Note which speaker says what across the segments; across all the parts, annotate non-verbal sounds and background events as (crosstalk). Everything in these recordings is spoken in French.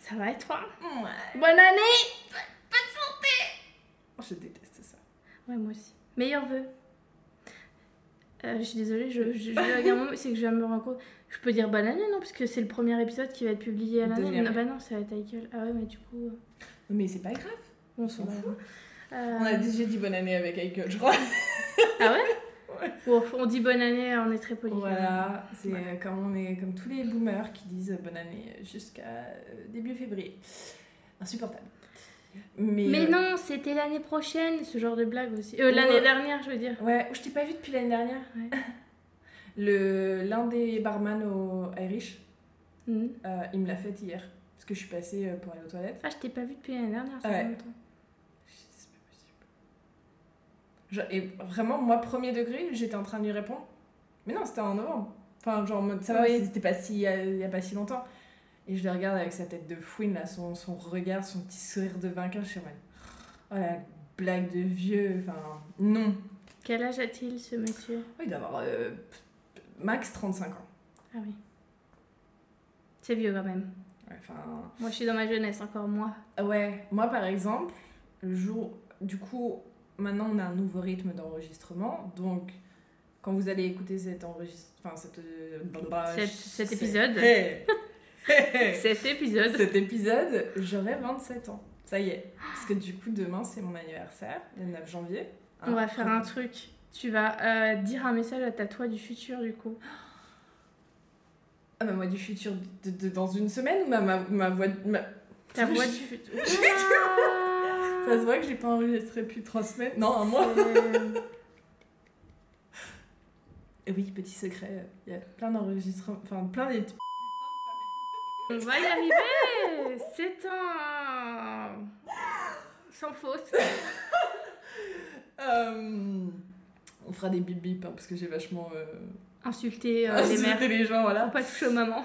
Speaker 1: Ça va et toi
Speaker 2: Ouais.
Speaker 1: Bonne année
Speaker 2: Bonne santé Oh, Je déteste ça.
Speaker 1: Ouais, moi aussi. Meilleurs vœux. Euh, je suis désolée, je, je, je blague un moment, c'est que je viens de me rendre compte. Je peux dire bonne année, non Parce que c'est le premier épisode qui va être publié à l'année.
Speaker 2: Deuxième.
Speaker 1: Non, bah non, ça va être ta gueule. Ah ouais, mais du coup, euh,
Speaker 2: Mais c'est pas grave.
Speaker 1: on
Speaker 2: s'en fout.
Speaker 1: Euh,
Speaker 2: On a déjà dit bonne année avec Aïkul, je
Speaker 1: (laughs)
Speaker 2: crois.
Speaker 1: Ah ouais, Bon, on dit bonne année, on est très poli.
Speaker 2: Voilà, c'est euh, comme on est comme tous les boomers qui disent euh, bonne année jusqu'à euh, début février. Insupportable. Mais,
Speaker 1: Mais
Speaker 2: euh,
Speaker 1: non, c'était l'année prochaine, ce genre de blague aussi. Euh,
Speaker 2: Ouais.
Speaker 1: l'année dernière, je veux dire.
Speaker 2: euh, Ouais, je t'ai pas vu depuis l'année dernière.
Speaker 1: Ouais.
Speaker 2: (laughs) Le l'un des barman au Irish,
Speaker 1: Mhm.
Speaker 2: euh, il me l'a fait hier parce que je suis passée euh, pour aller aux toilettes.
Speaker 1: Ah, je t'ai pas vu depuis l'année dernière, ça
Speaker 2: Ouais.
Speaker 1: fait longtemps.
Speaker 2: Je dis, C'est pas possible. Genre, et vraiment, moi, premier degré, j'étais en train de lui répondre. Mais non, c'était en novembre. Enfin, genre, en mode, ça va,
Speaker 1: Oui.
Speaker 2: c'était pas si, il y a, il y a pas si longtemps. Et je le regarde avec sa tête de fouine, là, son, son regard, son petit sourire de vainqueur. Je suis en mode, oh la blague de vieux. Enfin, non.
Speaker 1: Quel âge a-t-il, ce monsieur
Speaker 2: Oh, Il doit avoir euh, max 35 ans.
Speaker 1: Ah oui. C'est vieux quand même.
Speaker 2: Ouais, Enfin,
Speaker 1: Moi, je suis dans ma jeunesse, encore moi.
Speaker 2: Ouais, moi par exemple, le jour. Du coup, maintenant on a un nouveau rythme d'enregistrement. Donc, quand vous allez écouter cet enregistrement. Enfin, cette. euh, bah,
Speaker 1: Cet-
Speaker 2: je-
Speaker 1: cet
Speaker 2: c'est-
Speaker 1: épisode.
Speaker 2: Hey
Speaker 1: (laughs)
Speaker 2: Hey
Speaker 1: Cet épisode.
Speaker 2: cet épisode, j'aurai 27 ans. Ça y est. Parce que du coup, demain c'est mon anniversaire, le 9 janvier. Hein,
Speaker 1: On va faire un truc. Tu vas euh, dire un message à ta toi du futur, du coup.
Speaker 2: Ah, ma voix du futur de- de- dans une semaine ou ma, ma, ma voix. ma-
Speaker 1: Ta voix
Speaker 2: (laughs)
Speaker 1: du
Speaker 2: Je-
Speaker 1: futur.
Speaker 2: Ça se voit que j'ai pas enregistré depuis 3 semaines. Non, un mois.
Speaker 1: Euh,
Speaker 2: Et oui, petit secret, euh, il y a plein d'enregistrements. Enfin, plein des.
Speaker 1: On va y arriver C'est un... Sans faute.
Speaker 2: Euh, on fera des bip bip hein, parce que j'ai vachement euh, (laughs)
Speaker 1: Insulter euh, les mères.
Speaker 2: insulté les gens,
Speaker 1: Faut
Speaker 2: voilà.
Speaker 1: pas toucher aux mamans.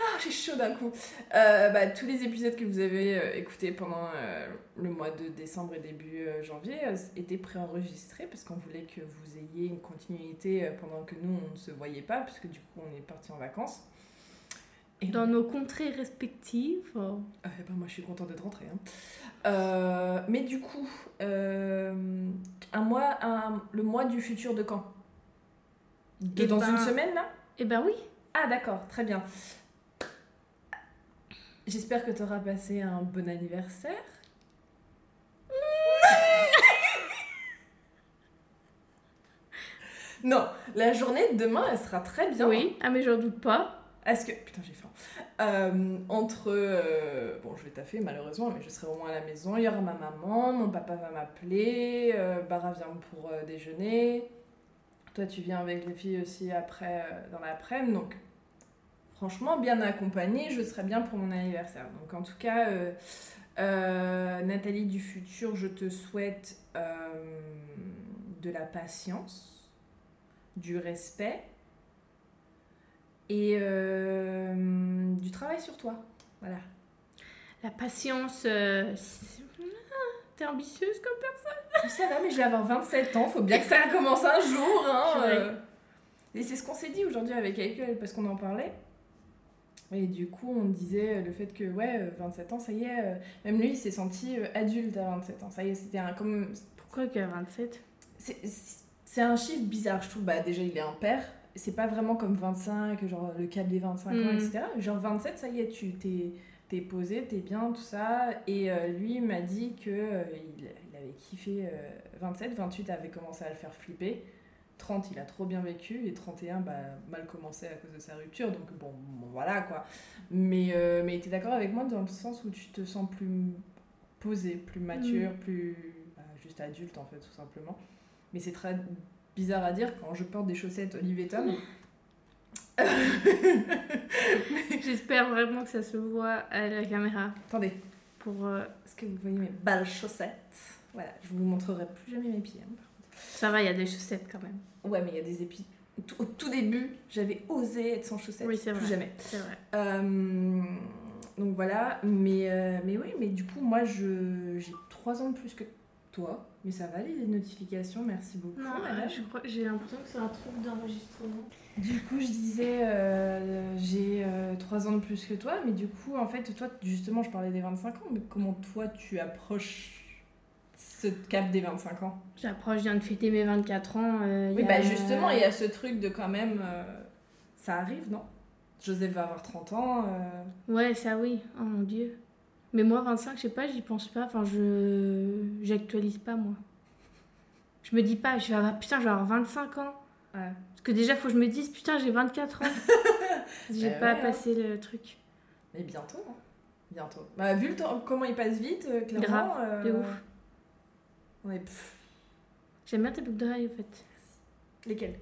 Speaker 2: Ah, j'ai chaud d'un coup. Euh, bah, tous les épisodes que vous avez euh, écoutés pendant euh, le mois de décembre et début euh, janvier euh, étaient préenregistrés parce qu'on voulait que vous ayez une continuité euh, pendant que nous on ne se voyait pas parce que du coup on est parti en vacances. Et
Speaker 1: Dans nos contrées respectives. euh,
Speaker 2: Euh, ben, moi, je suis contente d'être rentrée. hein. Euh, mais du coup, euh, un mois, un- le mois du futur de quand De
Speaker 1: Eh
Speaker 2: dans
Speaker 1: ben-
Speaker 2: une semaine, là
Speaker 1: Eh ben oui.
Speaker 2: Ah, d'accord, très bien. J'espère que tu auras passé un bon anniversaire. non, la journée de demain, elle sera très bien.
Speaker 1: Oui. Ah mais j'en doute pas.
Speaker 2: Est-ce que. Putain, j'ai faim. Euh, entre. euh, Bon, je vais taffer malheureusement, mais je serai au moins à la maison. Il y aura ma maman, mon papa va m'appeler, euh, Bara vient pour euh, déjeuner. Toi, tu viens avec les filles aussi après, euh, dans l'après-midi. Donc, franchement, bien accompagnée, je serai bien pour mon anniversaire. Donc, en tout cas, euh, euh, Nathalie du futur, je te souhaite euh, de la patience, du respect et euh, du travail sur toi. Voilà.
Speaker 1: La patience... euh, c'est- Ah, T'es ambitieuse comme
Speaker 2: Ça va, mais je vais avoir 27 ans, faut bien que ça commence un jour. hein,
Speaker 1: Purée.
Speaker 2: euh. Et c'est ce qu'on s'est dit aujourd'hui avec Aïkul, parce qu'on en parlait. Et du coup, on disait euh, le fait que, ouais, euh, 27 ans, ça y est, euh, même lui, il s'est senti euh, adulte à 27 ans. Ça y est, c'était un. Comme,
Speaker 1: Pourquoi
Speaker 2: (laughs)
Speaker 1: qu'à 27
Speaker 2: c'est- c'est un chiffre bizarre, je trouve. Bah, déjà, il est un père. C'est pas vraiment comme 25, genre le câble des 25 ans,
Speaker 1: Mm.
Speaker 2: etc. Genre 27, ça y est, tu t'es, t'es posé, t'es bien, tout ça. Et euh, lui il m'a dit que euh, il, il avait kiffé euh, 27, 28 avait commencé à le faire flipper. 30, il a trop bien vécu et 31, bah, mal commencé à cause de sa rupture. Donc bon, bon, voilà quoi. Mais, euh, mais t'es d'accord avec moi dans le sens où tu te sens plus posé, plus mature,
Speaker 1: Mm.
Speaker 2: plus bah, juste adulte en fait, tout simplement. Mais c'est très bizarre à dire quand je porte des chaussettes Olive
Speaker 1: Mm.
Speaker 2: Tom.
Speaker 1: J'espère vraiment que ça se voit à la caméra
Speaker 2: Attendez,
Speaker 1: pour... euh,
Speaker 2: est-ce que vous voyez mes balles chaussettes Voilà, je vous montrerai plus jamais mes pieds. hein, par contre.
Speaker 1: Ça va, il y a des chaussettes quand même.
Speaker 2: Ouais, mais il y a des épis. Tout- Au tout début, j'avais osé être sans chaussettes.
Speaker 1: Oui, c'est
Speaker 2: plus
Speaker 1: vrai.
Speaker 2: jamais.
Speaker 1: C'est vrai.
Speaker 2: Euh, donc voilà, mais, euh, mais oui, mais du coup, moi, je j'ai 3 ans de plus que toi. Mais ça va les notifications, merci beaucoup.
Speaker 1: Non,
Speaker 2: madame.
Speaker 1: euh, je crois- j'ai l'impression que c'est un truc d'enregistrement.
Speaker 2: Du coup, je disais, euh, j'ai 3 ans de plus que toi, mais du coup, en fait, toi, justement, je parlais des 25 ans, mais comment toi, tu approches ce cap des 25 ans
Speaker 1: J'approche, je viens de fêter mes 24 ans. euh, il
Speaker 2: Oui,
Speaker 1: y a-
Speaker 2: bah justement, il y a ce truc de quand même... euh, ça arrive, non Joseph va avoir 30 ans. euh,
Speaker 1: Ouais, ça oui. Oh mon dieu. Mais moi, 25, je sais pas, j'y pense pas. Enfin, je. J'actualise pas, moi. Je me dis pas, je vais avoir. Putain, je vais avoir 25 ans.
Speaker 2: Ouais.
Speaker 1: Parce que déjà, faut que je me dise, putain, j'ai 24 ans.
Speaker 2: (laughs)
Speaker 1: j'ai
Speaker 2: Bah ouais,
Speaker 1: pas
Speaker 2: hein.
Speaker 1: passé le truc.
Speaker 2: Mais bientôt, hein. Bientôt. Bah, vu le temps, comment il passe vite, euh, clairement...
Speaker 1: Grave, de
Speaker 2: euh,
Speaker 1: ouf.
Speaker 2: On est... pff,
Speaker 1: J'aime bien tes boucles d'oreilles, en fait.
Speaker 2: lesquels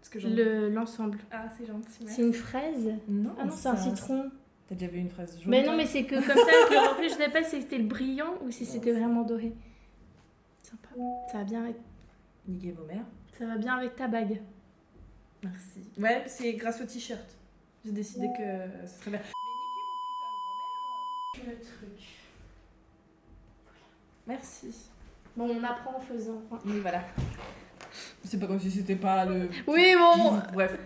Speaker 2: Parce que j'en-
Speaker 1: Le- L'ensemble.
Speaker 2: Ah, c'est gentil,
Speaker 1: c'est une fraise
Speaker 2: Non,
Speaker 1: Ah non, c'est un citron.
Speaker 2: T'as déjà vu une phrase jaune
Speaker 1: Mais non, mais c'est que comme ça, avec le reflet, je sais pas si c'était le brillant ou si c'était vraiment doré. Sympa. Ça va bien avec,
Speaker 2: Niguez vos mères.
Speaker 1: ça va bien avec ta bague.
Speaker 2: Merci. Ouais, c'est grâce au t-shirt. J'ai décidé
Speaker 1: Oh.
Speaker 2: que ce serait bien. euh.
Speaker 1: Le truc.
Speaker 2: Merci.
Speaker 1: Bon, on apprend en faisant.
Speaker 2: Oui, voilà. C'est pas comme si c'était pas le.
Speaker 1: Oui, bon
Speaker 2: Bref.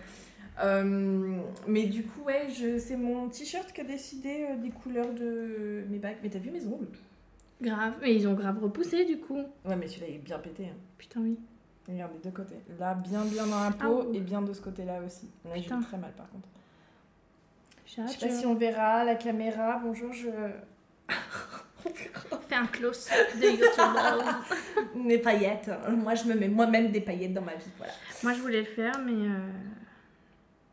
Speaker 2: Euh, mais du coup, ouais, je... c'est mon t-shirt qui a décidé euh, des couleurs de mes bagues. Mais t'as vu mes ongles
Speaker 1: Grave, mais ils ont grave repoussé du coup.
Speaker 2: Ouais, mais celui-là il est bien pété. hein.
Speaker 1: Putain, oui.
Speaker 2: Regarde des deux côtés. Là, bien, bien dans la peau
Speaker 1: Ah ouais.
Speaker 2: et bien de ce côté-là aussi. Là, j'ai
Speaker 1: Putain. Ah,
Speaker 2: eu très mal par contre.
Speaker 1: J'ai
Speaker 2: Je
Speaker 1: hâte,
Speaker 2: sais pas
Speaker 1: je-
Speaker 2: si on verra la caméra. Bonjour, je.
Speaker 1: Fais euh, un close de YouTube
Speaker 2: (laughs) (laughs)
Speaker 1: Bros.
Speaker 2: Mes paillettes. hein. Moi, je me mets moi-même des paillettes dans ma vie. Voilà.
Speaker 1: Moi, je voulais le faire, mais. euh,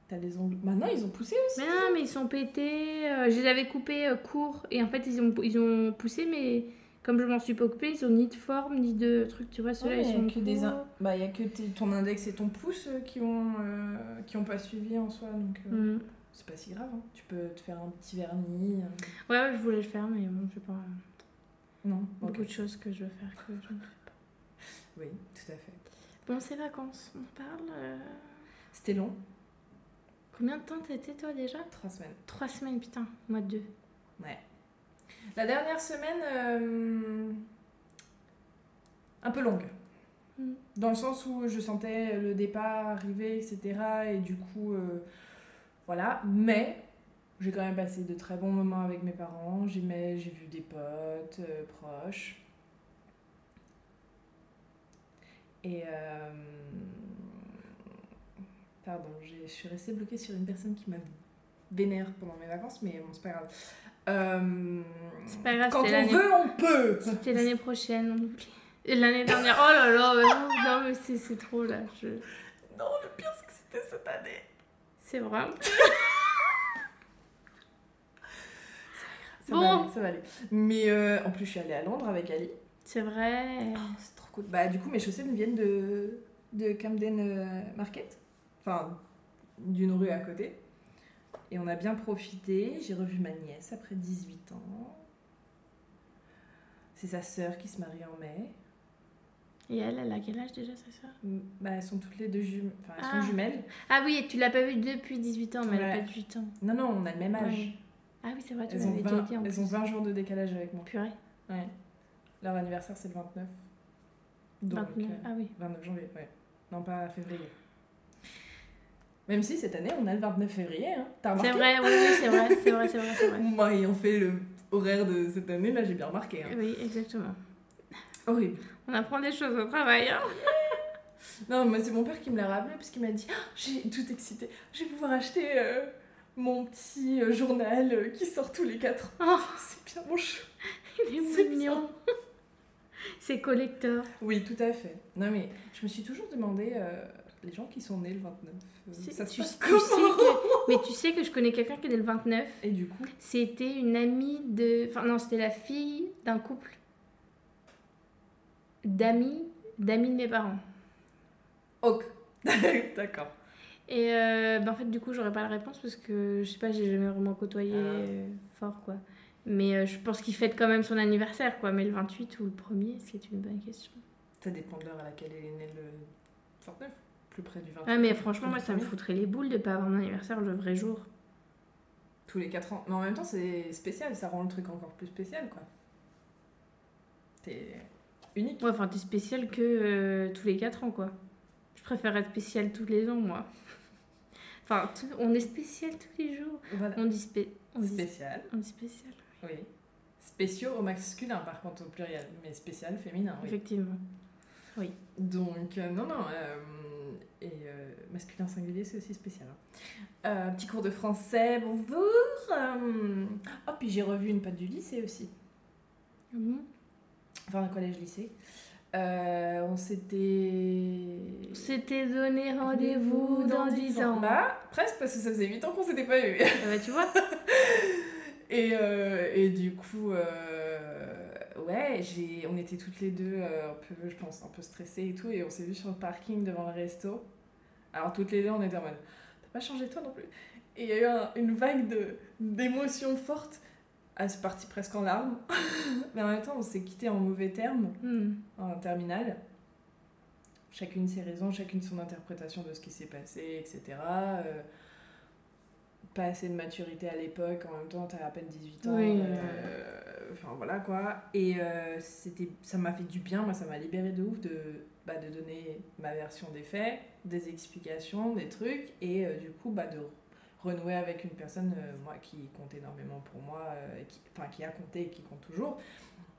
Speaker 2: T'as les ongles. Maintenant, ils ont poussé aussi.
Speaker 1: Mais non, mais ils sont pétés. euh, Je les avais coupés euh, courts et en fait, ils ont, ils ont poussé, mais comme je m'en suis pas occupée, ils ont ni de forme, ni de truc. Tu vois, ceux-là,
Speaker 2: Ouais,
Speaker 1: ils
Speaker 2: y a
Speaker 1: sont.
Speaker 2: que des
Speaker 1: courts.
Speaker 2: in- Bah, il y a que tes- ton index et ton pouce euh, qui ont euh, qui ont pas suivi en soi, donc euh,
Speaker 1: Mm.
Speaker 2: c'est pas si grave. hein. Tu peux te faire un petit vernis. euh,
Speaker 1: Ouais, ouais, je voulais le faire, mais bon, j'ai pas
Speaker 2: Non.
Speaker 1: beaucoup
Speaker 2: ok.
Speaker 1: de choses que je veux faire. Que je ne fais pas.
Speaker 2: Oui, tout à fait.
Speaker 1: Bon, c'est vacances, on parle. euh,
Speaker 2: C'était long.
Speaker 1: Combien de temps t'as été toi déjà
Speaker 2: Trois semaines.
Speaker 1: Trois semaines, putain, moi deux.
Speaker 2: La dernière semaine, euh, un peu longue.
Speaker 1: Mm.
Speaker 2: Dans le sens où je sentais le départ arriver, etc. Et du coup, euh, voilà. Mais j'ai quand même passé de très bons moments avec mes parents. J'ai mais j'ai vu des potes euh, proches. Et. euh, Pardon, j'ai- je suis restée bloquée sur une personne qui m'a vénère pendant mes vacances, mais bon, c'est pas grave. Euh,
Speaker 1: C'est pas grave,
Speaker 2: Quand
Speaker 1: c'est
Speaker 2: on
Speaker 1: l'année-
Speaker 2: veut, on peut
Speaker 1: C'était l'année prochaine, on oublie. Et l'année dernière, oh là là, mais non, non, mais c'est, c'est trop là. je-
Speaker 2: Non, le pire, c'est que c'était cette année.
Speaker 1: C'est vrai.
Speaker 2: Ça
Speaker 1: Bon.
Speaker 2: va aller, ça va aller. Mais euh, en plus, je suis allée à Londres avec Ali.
Speaker 1: C'est vrai.
Speaker 2: c'est trop cool. Bah, du coup, mes chaussettes viennent de, de Camden euh, Market. Enfin, d'une rue à côté. Et on a bien profité. J'ai revu ma nièce après 18 ans. C'est sa sœur qui se marie en mai.
Speaker 1: Et elle, elle a quel âge déjà, sa soeur
Speaker 2: Mm, Bah, elles sont toutes les deux jumelles. Enfin, elles
Speaker 1: Ah.
Speaker 2: sont jumelles.
Speaker 1: Ah oui, et tu l'as pas vue depuis 18 ans, mais elle a
Speaker 2: Ouais.
Speaker 1: pas 18 ans.
Speaker 2: Non, non, on a le même âge.
Speaker 1: Ouais. Ah oui, c'est vrai, tu
Speaker 2: Elles, ont
Speaker 1: m'avais déjà
Speaker 2: 20,
Speaker 1: dit en
Speaker 2: elles
Speaker 1: plus.
Speaker 2: ont 20 jours de décalage avec moi.
Speaker 1: Purée,
Speaker 2: Ouais. Leur anniversaire, c'est le 29. Donc,
Speaker 1: 29.
Speaker 2: euh,
Speaker 1: Ah oui.
Speaker 2: 29 janvier, ouais. Non, pas février. Même si cette année, on a le 29 février, hein. T'as remarqué
Speaker 1: C'est vrai, oui, oui, c'est vrai, c'est vrai, c'est vrai, c'est (laughs) vrai.
Speaker 2: Moi, ayant fait le horaire de cette année, là, j'ai bien remarqué. hein.
Speaker 1: Oui, exactement.
Speaker 2: Horrible.
Speaker 1: On apprend des choses au travail, hein.
Speaker 2: Non, mais c'est mon père qui me l'a rappelé, parce qu'il m'a dit Ah, J'ai tout excité, je vais pouvoir acheter euh, mon petit euh, journal euh, qui sort tous les 4 ans.
Speaker 1: Oh.
Speaker 2: C'est bien mon chou.
Speaker 1: Il est
Speaker 2: C'est
Speaker 1: mignon. (laughs) C'est collector.
Speaker 2: Oui, tout à fait. Non, mais je me suis toujours demandé, euh, les gens qui sont nés le 29, euh,
Speaker 1: C'est-
Speaker 2: ça se
Speaker 1: tu-
Speaker 2: passe
Speaker 1: tu
Speaker 2: comment
Speaker 1: sais que- mais tu sais que je connais quelqu'un qui est né le 29.
Speaker 2: Et du coup,
Speaker 1: C'était une amie de. Enfin, non, c'était la fille d'un couple d'amis, d'amis de mes parents.
Speaker 2: ok. (laughs) D'accord.
Speaker 1: Et euh, bah, en fait, du coup, j'aurais pas la réponse parce que je sais pas, j'ai jamais vraiment côtoyé
Speaker 2: Ah.
Speaker 1: euh, fort quoi. Mais euh, je pense qu'il fête quand même son anniversaire quoi. Mais le 28 ou le 1er, c'est une bonne question.
Speaker 2: Ça dépend de l'heure à laquelle elle est née le 29, plus près du 29.
Speaker 1: Ouais, Ah, mais franchement, moi,
Speaker 2: du
Speaker 1: ça me
Speaker 2: Ah, premier.
Speaker 1: foutrait les boules de pas avoir mon anniversaire le vrai jour.
Speaker 2: Tous les 4 ans. Mais en même temps, c'est spécial, ça rend le truc encore plus spécial, quoi. T'es- unique.
Speaker 1: Ouais, enfin, t'es spécial que euh, tous les 4 ans, quoi. Je préfère être spécial tous les ans, moi. (laughs) enfin, tout- on est spécial tous les jours.
Speaker 2: Voilà.
Speaker 1: On dit, spé- on dit-
Speaker 2: Spécial.
Speaker 1: on dit spécial,
Speaker 2: Oui. Spéciaux au masculin, par contre, au pluriel. Mais spécial féminin, oui.
Speaker 1: effectivement.
Speaker 2: Donc, euh, non, non. euh, et euh, masculin singulier, c'est aussi spécial. hein. Euh, petit cours de français, bonjour. Euh, oh, puis j'ai revu une pote du lycée aussi.
Speaker 1: Ah bon
Speaker 2: Enfin, un collège-lycée. Euh, on s'était.
Speaker 1: On s'était donné rendez-vous dans 10 ans.
Speaker 2: Bah, presque, parce que ça faisait 8 ans qu'on s'était pas eu. (laughs)
Speaker 1: Ah bah, tu vois,
Speaker 2: Et, euh, et du coup, euh, ouais, j'ai, on était toutes les deux, euh, un peu, je pense, un peu stressées et tout, et on s'est vu sur le parking devant le resto. Alors toutes les deux, on était en mode, t'as pas changé toi non plus. Et il y a eu un- une vague de, d'émotions fortes. Elle se partie presque en larmes. (laughs) Mais en même temps, on s'est quitté en mauvais termes,
Speaker 1: Hmm.
Speaker 2: en terminale. Chacune ses raisons, chacune son interprétation de ce qui s'est passé, etc. Euh, pas assez de maturité à l'époque, en même temps, t'as à peine 18 ans.
Speaker 1: Oui.
Speaker 2: euh, Enfin voilà quoi. Et euh, c'était, ça m'a fait du bien, moi ça m'a libéré de ouf de, bah, de donner ma version des faits, des explications, des trucs, et euh, du coup bah, de renouer avec une personne euh, moi qui compte énormément pour moi, euh, et qui, enfin qui a compté et qui compte toujours.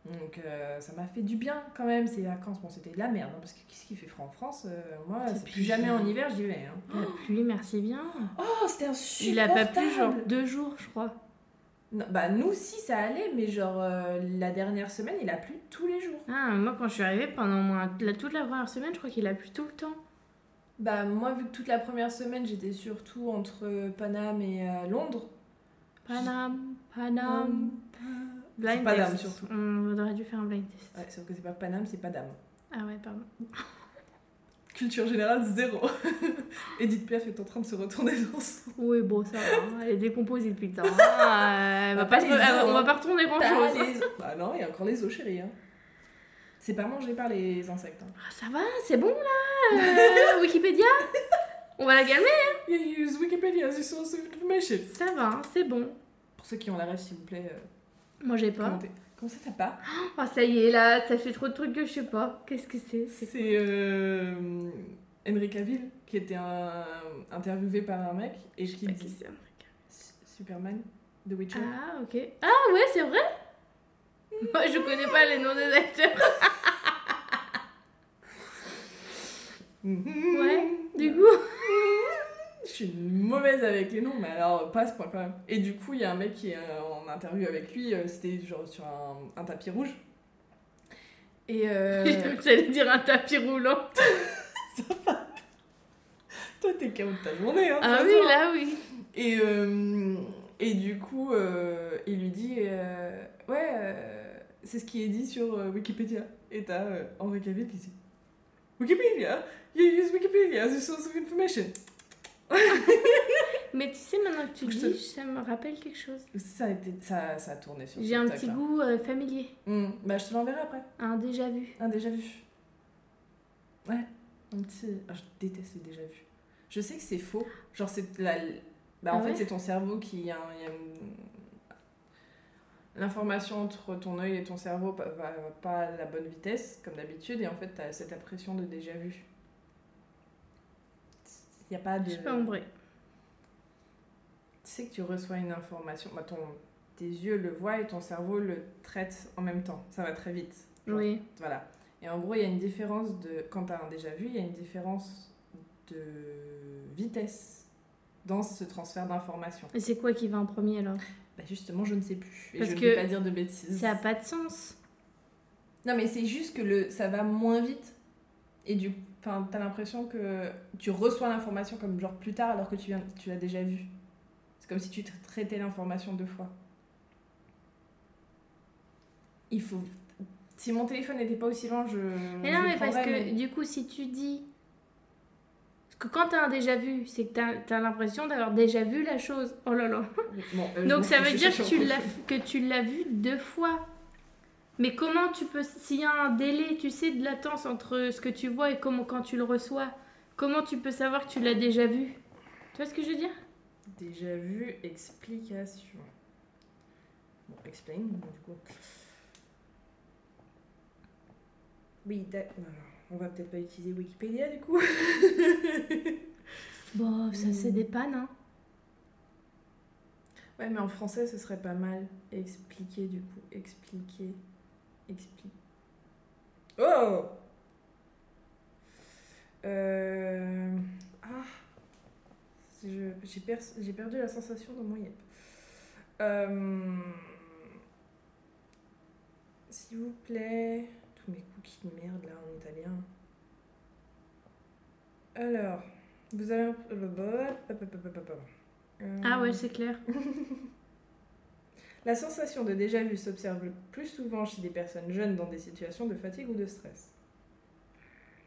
Speaker 2: Donc euh, ça m'a fait du bien quand même ces vacances. Bon c'était de la merde hein, parce que qu'est-ce qui fait froid en France Euh, Moi
Speaker 1: C'est
Speaker 2: c'est plus
Speaker 1: plus-
Speaker 2: jamais en hiver j'y vais. hein.
Speaker 1: La pluie, merci bien.
Speaker 2: Oh c'était
Speaker 1: Il a
Speaker 2: insupportable.
Speaker 1: pas plu, genre, deux jours, je crois.
Speaker 2: Non, bah nous si ça allait mais genre euh, la dernière semaine il a plu tous les jours.
Speaker 1: Ah, moi, quand je suis arrivée, pendant au moins la- toute la première semaine, je crois qu'il a plu tout le temps.
Speaker 2: Bah moi vu que toute la première semaine j'étais surtout entre Paname et euh, Londres.
Speaker 1: Panam, Panam. Blind
Speaker 2: C'est pas
Speaker 1: test.
Speaker 2: dame, surtout.
Speaker 1: On aurait dû faire un blind test.
Speaker 2: Ouais, sauf que c'est pas Paname c'est pas Dame.
Speaker 1: Ah ouais, pardon.
Speaker 2: Culture générale zéro. (laughs) Edith Piaf est en train de se retourner dans son
Speaker 1: Oui, bon, ça va. hein. Elle est décomposée depuis
Speaker 2: (laughs)
Speaker 1: le temps. hein. Euh, elle va
Speaker 2: Bah,
Speaker 1: pas
Speaker 2: pas
Speaker 1: se-
Speaker 2: les
Speaker 1: elle-
Speaker 2: os,
Speaker 1: on va
Speaker 2: hein.
Speaker 1: pas retourner grand
Speaker 2: T'as
Speaker 1: chose.
Speaker 2: les os. Bah non, il y a encore les os, chérie. hein. C'est pas mangé par les insectes. hein.
Speaker 1: Ah, ça va, c'est bon là euh, Wikipédia On va la calmer
Speaker 2: You use Wikipedia as a source of information.
Speaker 1: Ça va, hein, c'est bon.
Speaker 2: Pour ceux qui ont la rêve, s'il vous plaît, euh,
Speaker 1: Moi, j'ai pas.
Speaker 2: commentez. Comment ça t'as pas
Speaker 1: Ah, ça y est, là, ça fait trop de trucs que je sais pas. Qu'est-ce que c'est C'est-
Speaker 2: C'est euh, Henry Cavill qui était un- interviewé par un mec et qui
Speaker 1: Je sais pas qui
Speaker 2: dit
Speaker 1: c'est.
Speaker 2: S- Superman, The Witcher.
Speaker 1: Ah, ok. Ah, ouais, c'est vrai Moi, je connais pas les noms des acteurs.
Speaker 2: Mhm.
Speaker 1: Ouais, Du coup,
Speaker 2: Je suis une mauvaise avec les noms, mais alors pas à ce point quand même. Et du coup, il y a un mec qui est euh, en interview avec lui, euh, c'était genre sur un, un tapis rouge. Et euh,
Speaker 1: (laughs) j'allais dire un tapis roulant.
Speaker 2: (laughs) toi, t'es KO de ta journée, hein, de
Speaker 1: Ah
Speaker 2: toute
Speaker 1: oui,
Speaker 2: façon.
Speaker 1: là, oui.
Speaker 2: Et, euh, et du coup, euh, il lui dit euh, Ouais, euh, c'est ce qui est dit sur euh, Wikipédia. Et t'as euh, Henri Cavill qui dit Wikipédia You use Wikipedia as a source of information.
Speaker 1: Mais tu sais, maintenant que tu le
Speaker 2: Je te-
Speaker 1: dis, ça me rappelle quelque chose.
Speaker 2: Ça a, été, ça, ça a tourné sur
Speaker 1: J'ai un
Speaker 2: TikTok,
Speaker 1: petit
Speaker 2: là.
Speaker 1: goût euh, familier,
Speaker 2: Hmm, bah, je te l'enverrai après.
Speaker 1: un déjà vu.
Speaker 2: Un Ah, déjà vu. Ouais, un petit. Ah, je déteste les déjà vus. Je sais que c'est faux. Genre, c'est la. Bah, en
Speaker 1: Ah
Speaker 2: fait,
Speaker 1: ouais
Speaker 2: c'est ton cerveau qui. il y a un- il y a une- L'information entre ton œil et ton cerveau pa- va va pas à la bonne vitesse, comme d'habitude, et en fait, t'as cette impression de déjà vu. Il n'y a pas de.
Speaker 1: Je sais pas en vrai.
Speaker 2: Tu sais que tu reçois une information, bah, ton... tes yeux le voient et ton cerveau le traite en même temps. Ça va très vite. Genre,
Speaker 1: Oui.
Speaker 2: voilà. Et en gros, il y a une différence de. Quand t'as un déjà vu, il y a une différence de vitesse dans ce transfert d'information.
Speaker 1: Et c'est quoi qui va en premier alors
Speaker 2: Bah justement, je ne sais plus. Et
Speaker 1: Parce
Speaker 2: je ne
Speaker 1: que
Speaker 2: vais pas dire de bêtises.
Speaker 1: Ça a pas de sens.
Speaker 2: Non, mais c'est juste que le... ça va moins vite. Et du enfin, t'as l'impression que tu reçois l'information comme genre plus tard alors que tu, viens... tu l'as déjà vue. C'est comme si tu tra- traitais l'information deux fois. Il faut. Si mon téléphone n'était pas aussi lent, je.
Speaker 1: Mais
Speaker 2: je
Speaker 1: non,
Speaker 2: le
Speaker 1: mais parce
Speaker 2: prendrais,
Speaker 1: que
Speaker 2: mais-
Speaker 1: du coup, si tu dis. Parce que quand t'as un déjà vu, c'est que t'as- t'as l'impression d'avoir déjà vu la chose. Oh là là.
Speaker 2: Bon, euh,
Speaker 1: Donc
Speaker 2: je-
Speaker 1: ça
Speaker 2: je
Speaker 1: veut
Speaker 2: suis
Speaker 1: dire
Speaker 2: sûre
Speaker 1: que tu
Speaker 2: qu'on-
Speaker 1: l'as que tu l'as vu deux fois. Mais comment tu peux s'il y a un délai, tu sais, de latence entre ce que tu vois et comment quand tu le reçois, comment tu peux savoir que tu l'as déjà vu Tu vois ce que je veux dire
Speaker 2: Déjà vu, explication. Bon, explain, du coup. Oui, d'ac- non, non, on va peut-être pas utiliser Wikipédia du coup.
Speaker 1: Bon, ça
Speaker 2: Hmm.
Speaker 1: c'est des pannes, hein.
Speaker 2: Ouais, mais en français, ce serait pas mal. Expliquer, du coup. Expliquer. Expliquer. Oh Euh... Ah Je- J'ai pers- j'ai perdu la sensation dans mon yep. Euh, S'il vous plaît... Tous mes cookies de merde, là, en italien. Alors... Vous avez... bah, Euh,
Speaker 1: Ah ouais, c'est clair.
Speaker 2: la sensation de déjà-vu s'observe le plus souvent chez des personnes jeunes dans des situations de fatigue ou de stress.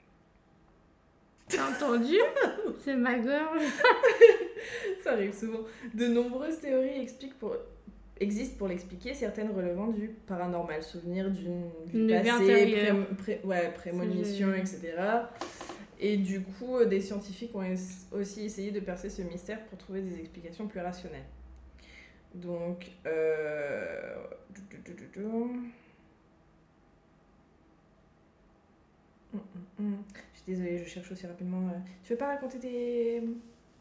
Speaker 2: (laughs)
Speaker 1: T'as (laughs) entendu C'est ma gorge.
Speaker 2: Ça arrive souvent. De nombreuses théories expliquent pour- existent pour l'expliquer, certaines relevant du paranormal, souvenir d'une vie
Speaker 1: Une vie
Speaker 2: passée,
Speaker 1: antérieure.
Speaker 2: pré- pré- ouais, prémonition,
Speaker 1: j'ai-
Speaker 2: etc. Et du coup, euh, des scientifiques ont es- aussi essayé de percer ce mystère pour trouver des explications plus rationnelles. Donc, euh, du- du- du- du- du. Hum, hum, hum. Je suis désolée, je cherche aussi rapidement. euh. Tu veux pas raconter tes,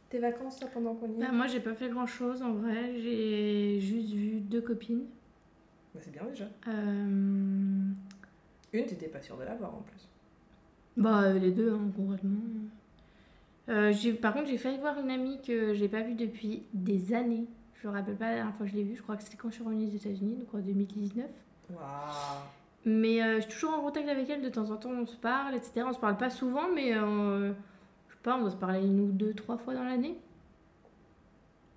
Speaker 2: tes vacances là, pendant qu'on y est
Speaker 1: Bah, moi j'ai pas fait grand chose en vrai, j'ai juste vu deux copines.
Speaker 2: Bah, c'est bien déjà.
Speaker 1: Euh,
Speaker 2: Une, t'étais pas sûre de l'avoir en plus.
Speaker 1: Bah euh, les deux, hein, concrètement. Euh, j'ai- par contre j'ai failli voir une amie que j'ai pas vue depuis des années. Je me rappelle pas la dernière fois que je l'ai vue, je crois que c'était quand je suis revenue des États-Unis, donc en 2019.
Speaker 2: Waouh
Speaker 1: Mais euh, je suis toujours en contact avec elle, de temps en temps on se parle, etc. On se parle pas souvent, mais euh, je sais pas, on doit se parler une ou deux, trois fois dans l'année.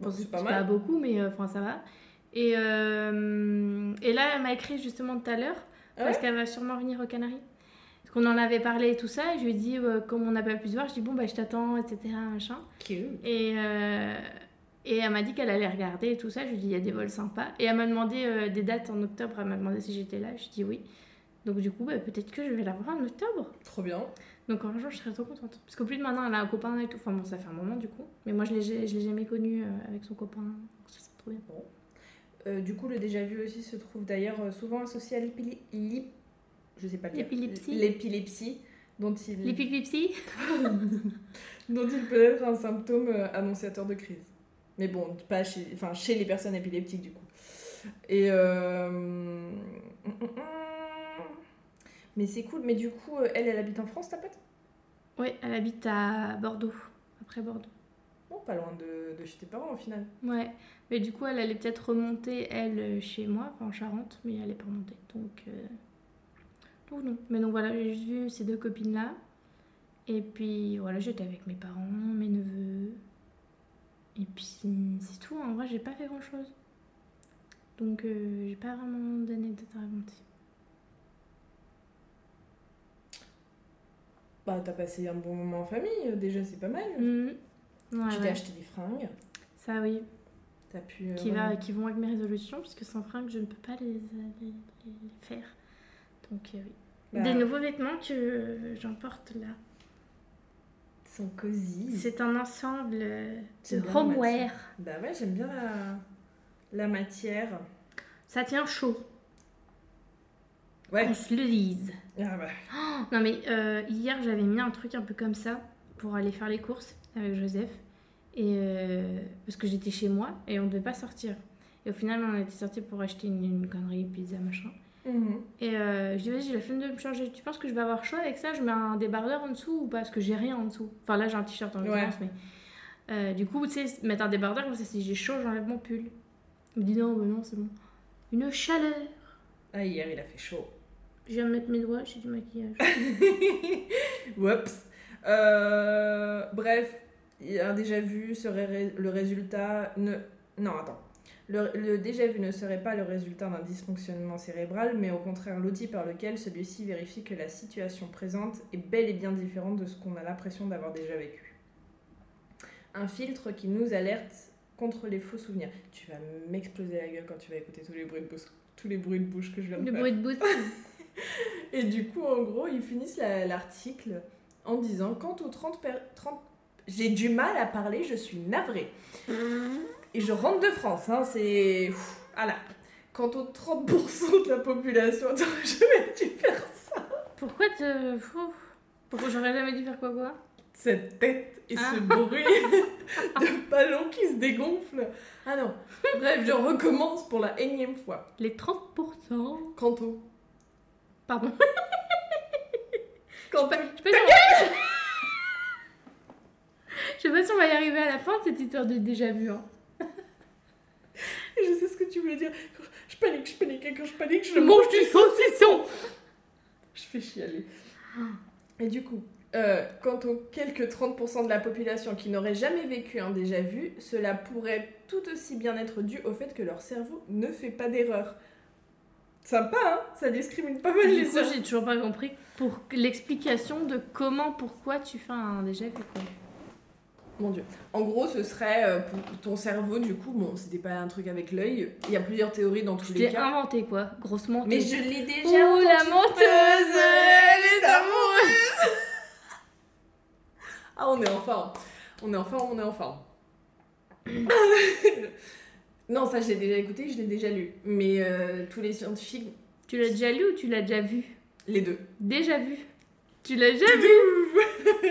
Speaker 2: Bon, c'est pas
Speaker 1: C'est
Speaker 2: mal.
Speaker 1: beaucoup, mais euh, enfin ça va. Et, euh, et là, elle m'a écrit justement tout à l'heure,
Speaker 2: Ah
Speaker 1: parce qu'elle va sûrement venir aux Canaries. Parce qu'on en avait parlé et tout ça, et je lui ai dit, euh, comme on n'a pas pu se voir, je dis bon, bah je t'attends, etc. Machin.
Speaker 2: Cute.
Speaker 1: Et, euh, et elle m'a dit qu'elle allait regarder et tout ça. Je lui ai dit, il y a des vols sympas. Et elle m'a demandé euh, des dates en octobre. Elle m'a demandé si j'étais là. Je dis oui. Donc du coup, bah, peut-être que je vais la voir en octobre.
Speaker 2: Trop bien.
Speaker 1: Donc en jour, je serais trop contente. Parce qu'au plus de maintenant, elle a un copain et tout. Enfin bon, ça fait un moment du coup. Mais moi, je l'ai je l'ai jamais connu euh, avec son copain. Donc ça, c'est trop bien.
Speaker 2: Euh, du coup, le déjà vu aussi se trouve d'ailleurs euh, souvent associé à l'épile- l'ip- je sais pas le dire.
Speaker 1: L'épilepsie.
Speaker 2: L'épilepsie, dont il...
Speaker 1: L'épipipsy
Speaker 2: dont il peut être un symptôme euh, annonciateur de crise. Mais bon, pas chez, enfin, chez les personnes épileptiques du coup. Et euh, mais c'est cool. Mais du coup, euh, elle, elle habite en France, ta pote
Speaker 1: Ouais, elle habite à Bordeaux. Après Bordeaux.
Speaker 2: Bon, pas loin de, de chez tes parents au final.
Speaker 1: Ouais. Mais du coup, elle allait peut-être remonter, elle, euh, chez moi, enfin, en Charente, mais elle est pas remontée. Donc, euh, donc non. Mais donc voilà, j'ai juste vu ces deux copines-là. Et puis voilà, j'étais avec mes parents, mes neveux. Et puis c'est tout, en vrai, j'ai pas fait grand-chose. Donc euh, j'ai pas vraiment d'anecdotes à raconter.
Speaker 2: Bah, t'as passé un bon moment en famille, euh, déjà c'est pas mal.
Speaker 1: Mhm. Ouais,
Speaker 2: tu t'es
Speaker 1: ouais.
Speaker 2: acheté des fringues,
Speaker 1: Ça oui,
Speaker 2: t'as pu. euh,
Speaker 1: qui, va,
Speaker 2: remettre-
Speaker 1: qui vont avec mes résolutions, parce que sans fringues, je ne peux pas les, les- les- les faire. Donc euh, oui.
Speaker 2: Bah,
Speaker 1: Des nouveaux vêtements que euh, j'emporte là.
Speaker 2: Ils sont cosy.
Speaker 1: C'est un ensemble euh, de
Speaker 2: J'aime bien la
Speaker 1: homeware.
Speaker 2: matière. Bah ouais, j'aime bien la, la matière.
Speaker 1: Ça tient chaud.
Speaker 2: Ouais.
Speaker 1: On se le dise.
Speaker 2: Ah bah.
Speaker 1: Non mais euh, hier j'avais mis un truc un peu comme ça pour aller faire les courses avec Joseph. Et euh, parce que j'étais chez moi et on ne devait pas sortir. Et au final on était sortis pour acheter une, une connerie, pizza, machin.
Speaker 2: Mhm.
Speaker 1: Et euh, je dis vas-y j'ai la flemme de me changer. Tu penses que je vais avoir chaud avec ça Je mets un débardeur en dessous ou pas Parce que j'ai rien en dessous. Enfin là j'ai un t-shirt en
Speaker 2: Ouais.
Speaker 1: l'occurrence mais... Euh, du coup, tu sais, mettre un débardeur comme ça, si j'ai chaud, j'enlève mon pull. Il me dit non, bah non, c'est bon. Une chaleur.
Speaker 2: Ah, hier il a fait chaud.
Speaker 1: Je viens de mettre mes doigts, j'ai du maquillage.
Speaker 2: (laughs) Whoops. Euh, bref, un déjà vu serait ré- le résultat. Ne... Non, attends. Le, le déjà vu ne serait pas le résultat d'un dysfonctionnement cérébral, mais au contraire l'outil par lequel celui-ci vérifie que la situation présente est bel et bien différente de ce qu'on a l'impression d'avoir déjà vécu. Un filtre qui nous alerte contre les faux souvenirs. Tu vas m'exploser la gueule quand tu vas écouter tous les bruits de bouche, tous les bruits de bouche que je viens de
Speaker 1: Le
Speaker 2: faire.
Speaker 1: bruit de bout.
Speaker 2: Et du coup, en gros, ils finissent la- l'article en disant Quant aux 30 per- 30 J'ai du mal à parler, je suis navrée. Et je rentre de France, hein, c'est. ah Ouf, Voilà. (laughs) Quant aux 30% de la population. Attends, je vais tu faire ça.
Speaker 1: Pourquoi tête, euh, fou. Pourquoi j'aurais jamais dû faire quoi quoi
Speaker 2: Cette tête et ce
Speaker 1: Ah.
Speaker 2: bruit de ballon qui se dégonfle. Ah non. Bref, je recommence pour la énième fois.
Speaker 1: Les 30%.
Speaker 2: Canto.
Speaker 1: Pardon.
Speaker 2: Canto.
Speaker 1: Je sais pas si on- Je sais pas si on va y arriver à la fin de cette histoire de déjà vu. hein.
Speaker 2: Je sais ce que tu voulais dire. Quand Je panique, je panique, et quand je panique, je
Speaker 1: Je
Speaker 2: mange.
Speaker 1: mange du saucisson
Speaker 2: Je fais chialer. Et du coup, euh, quant aux quelques 30% de la population qui n'aurait jamais vécu un déjà-vu, cela pourrait tout aussi bien être dû au fait que leur cerveau ne fait pas d'erreur. Sympa, hein Ça discrimine pas mal
Speaker 1: Du
Speaker 2: les
Speaker 1: coup,
Speaker 2: cerveaux.
Speaker 1: j'ai toujours pas compris pour l'explication de comment, pourquoi tu fais un déjà vu quoi.
Speaker 2: Mon dieu. En gros, ce serait euh, pour ton cerveau, du coup, bon, c'était pas un truc avec l'œil. Il y a plusieurs théories dans tous
Speaker 1: Je
Speaker 2: les
Speaker 1: l'ai
Speaker 2: cas.
Speaker 1: inventé quoi, grossement.
Speaker 2: Mais je l'ai déjà.
Speaker 1: Ouh la
Speaker 2: entendu.
Speaker 1: menteuse
Speaker 2: Elle est amoureuse Ah, on est en forme. On est en forme, on est en forme. (coughs) non, ça, je l'ai déjà écouté, je l'ai déjà lu. Mais euh, tous les scientifiques,
Speaker 1: Tu l'as déjà lu ou tu l'as déjà vu
Speaker 2: les deux.
Speaker 1: Déjà vu. Tu l'as déjà vu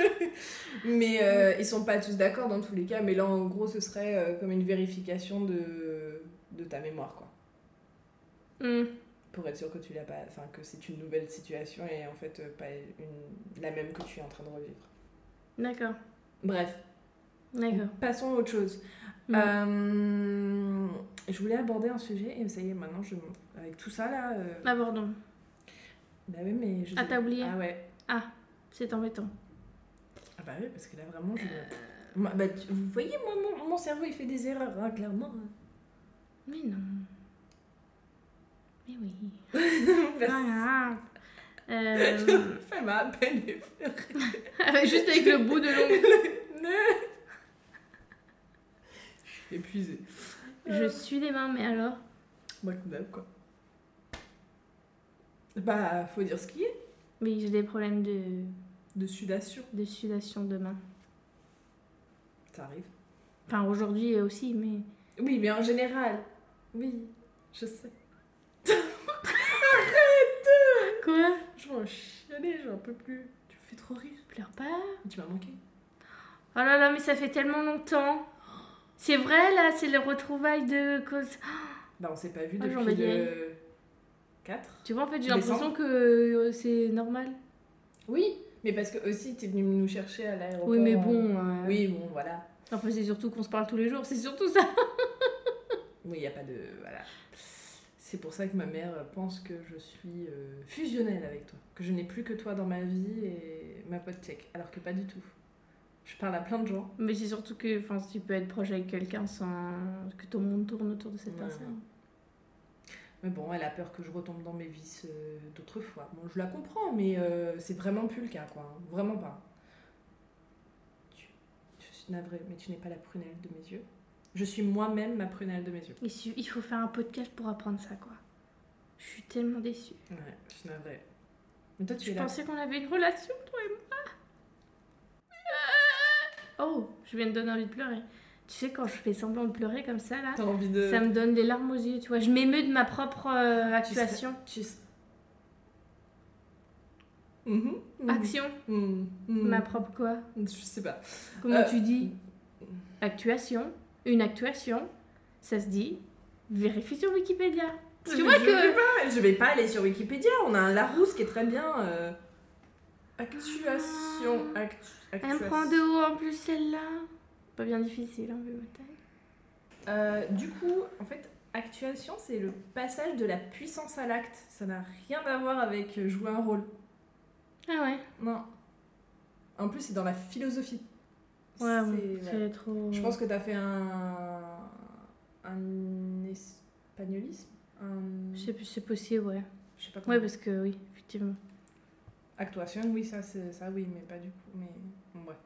Speaker 2: (laughs) Mais euh, ils sont pas tous d'accord dans tous les cas. Mais là, en gros, ce serait euh, comme une vérification de, de ta mémoire, quoi.
Speaker 1: Hmm.
Speaker 2: Pour être sûr que tu l'as pas. Enfin, que c'est une nouvelle situation et en fait, euh, pas une- la même que tu es en train de revivre.
Speaker 1: D'accord,
Speaker 2: Bref,
Speaker 1: d'accord.
Speaker 2: passons à autre chose.
Speaker 1: Hmm.
Speaker 2: Euh, je voulais aborder un sujet et ça y est, maintenant, je, avec tout ça là. euh,
Speaker 1: Ah pardon,
Speaker 2: Bah oui, mais je.
Speaker 1: Ah, t'as oublié.
Speaker 2: Ah ouais.
Speaker 1: c'est embêtant.
Speaker 2: Ah bah oui, parce que là vraiment,
Speaker 1: Euh.
Speaker 2: je. Moi, bah, tu- vous voyez, moi, mon, mon cerveau il fait des erreurs, hein, (laughs) clairement.
Speaker 1: (laughs) Mais non. Mais (laughs) oui.
Speaker 2: Voilà.
Speaker 1: Voilà. (laughs) Euh,
Speaker 2: Fais ma (laughs) peine et
Speaker 1: avec- Juste avec le bout de l'ongle.
Speaker 2: Je suis épuisée.
Speaker 1: Je suis des mains, mais alors
Speaker 2: Euh, Moi, comme d'hab, quoi. Bah, faut dire ce qui est.
Speaker 1: Mais j'ai des problèmes de,
Speaker 2: De sudation.
Speaker 1: de sudation de mains.
Speaker 2: Ça arrive.
Speaker 1: Enfin, aujourd'hui aussi, mais.
Speaker 2: Oui, mais en général. Oui, je sais.
Speaker 1: Quoi
Speaker 2: Je vais en chialer, j'en peux plus. Tu me fais trop rire.
Speaker 1: Pleure pas.
Speaker 2: Tu m'as manqué.
Speaker 1: Oh là là, mais ça fait tellement longtemps. C'est vrai, là, c'est le retrouvaille de. cause-
Speaker 2: Bah, on s'est pas vu
Speaker 1: Ah,
Speaker 2: depuis
Speaker 1: j'en vais y
Speaker 2: le 4.
Speaker 1: Tu vois, en fait, j'ai
Speaker 2: Décembre.
Speaker 1: l'impression que euh, c'est normal.
Speaker 2: Oui, mais parce que aussi, t'es venu nous chercher à l'aéroport.
Speaker 1: Oui, mais
Speaker 2: en-
Speaker 1: bon. euh,
Speaker 2: Oui, bon, voilà.
Speaker 1: Enfin, c'est surtout qu'on se parle tous les jours, c'est surtout ça.
Speaker 2: Oui, y a pas de. Voilà. C'est pour ça que ma mère pense que je suis euh, fusionnelle avec toi. Que je n'ai plus que toi dans ma vie et ma pote tchèque. Alors que pas du tout. Je parle à plein de gens.
Speaker 1: Mais c'est surtout que enfin, tu peux être proche avec quelqu'un sans que tout le monde tourne autour de cette
Speaker 2: Ouais.
Speaker 1: personne.
Speaker 2: Mais bon, elle a peur que je retombe dans mes vices euh, d'autrefois. Bon, je la comprends, mais euh, c'est vraiment plus le cas, quoi. hein. Vraiment pas. Tu- Je suis navrée, mais tu n'es pas la prunelle de mes yeux. Je suis moi-même ma prunelle de mes yeux.
Speaker 1: Il su- Il faut faire un podcast pour apprendre ça, quoi. Je suis tellement déçue.
Speaker 2: Ouais, je suis navrée. Mais toi, tu
Speaker 1: Je
Speaker 2: es là.
Speaker 1: pensais qu'on avait une relation, toi et moi. Oh, je viens de donner envie de pleurer. Tu sais, quand je fais semblant de pleurer comme ça, là,
Speaker 2: T'as envie de.
Speaker 1: ça me donne des larmes aux yeux, tu vois. Je m'émeus de ma propre euh,
Speaker 2: Euh. Tu serais-
Speaker 1: actuation.
Speaker 2: Tu. s- Mhm, mhm,
Speaker 1: Action
Speaker 2: mhm, mhm.
Speaker 1: Ma propre quoi
Speaker 2: Je sais pas.
Speaker 1: Comment
Speaker 2: Euh,
Speaker 1: tu dis Actuation. Une actuation, ça se dit. Vérifie sur Wikipédia. Tu vois
Speaker 2: je
Speaker 1: que.
Speaker 2: Vais pas, je vais pas aller sur Wikipédia, on a un Larousse qui est très bien. euh, Actuation. Actu,
Speaker 1: Elle me
Speaker 2: actuation.
Speaker 1: prend de haut en plus celle-là. Pas bien difficile, hein, vu ma taille.
Speaker 2: Euh, du coup, en fait, actuation, c'est le passage de la puissance à l'acte. Ça n'a rien à voir avec euh, jouer un rôle.
Speaker 1: Ah ouais
Speaker 2: Non. En plus, c'est dans la philosophie.
Speaker 1: Ouais, bon,
Speaker 2: C'est-
Speaker 1: c'est trop. euh,
Speaker 2: Je pense que t'as fait un. un espagnolisme un...
Speaker 1: Je sais plus, c'est possible, ouais.
Speaker 2: Je sais pas comment.
Speaker 1: Ouais, parce que oui, effectivement.
Speaker 2: Actuation, oui, ça, c'est- ça, oui, mais pas du coup. Mais. Bon, bref.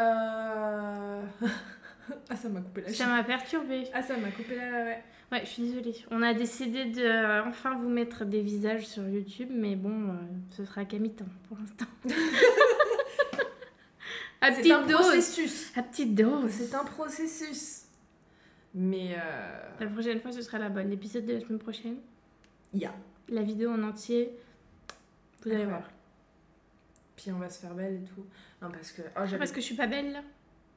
Speaker 2: Euh... (laughs) ah, ça m'a coupé la
Speaker 1: Ça
Speaker 2: chic.
Speaker 1: m'a perturbée.
Speaker 2: Ah, ça m'a coupé la. Ouais.
Speaker 1: Ouais, je suis désolée. On a décidé de euh, enfin vous mettre des visages sur YouTube, mais bon, euh, ce sera qu'à mi-temps pour l'instant.
Speaker 2: (laughs)
Speaker 1: à
Speaker 2: C'est un
Speaker 1: petite dose.
Speaker 2: processus.
Speaker 1: À petite dose.
Speaker 2: C'est un processus. Mais. euh,
Speaker 1: La prochaine fois, ce sera la bonne. L'épisode de la semaine prochaine.
Speaker 2: Ya.
Speaker 1: La vidéo en entier. Vous allez
Speaker 2: Ouais.
Speaker 1: voir.
Speaker 2: Puis on va se faire belle et tout. Non, parce que. oh, j'avais-
Speaker 1: Ah, Parce que je suis pas belle là.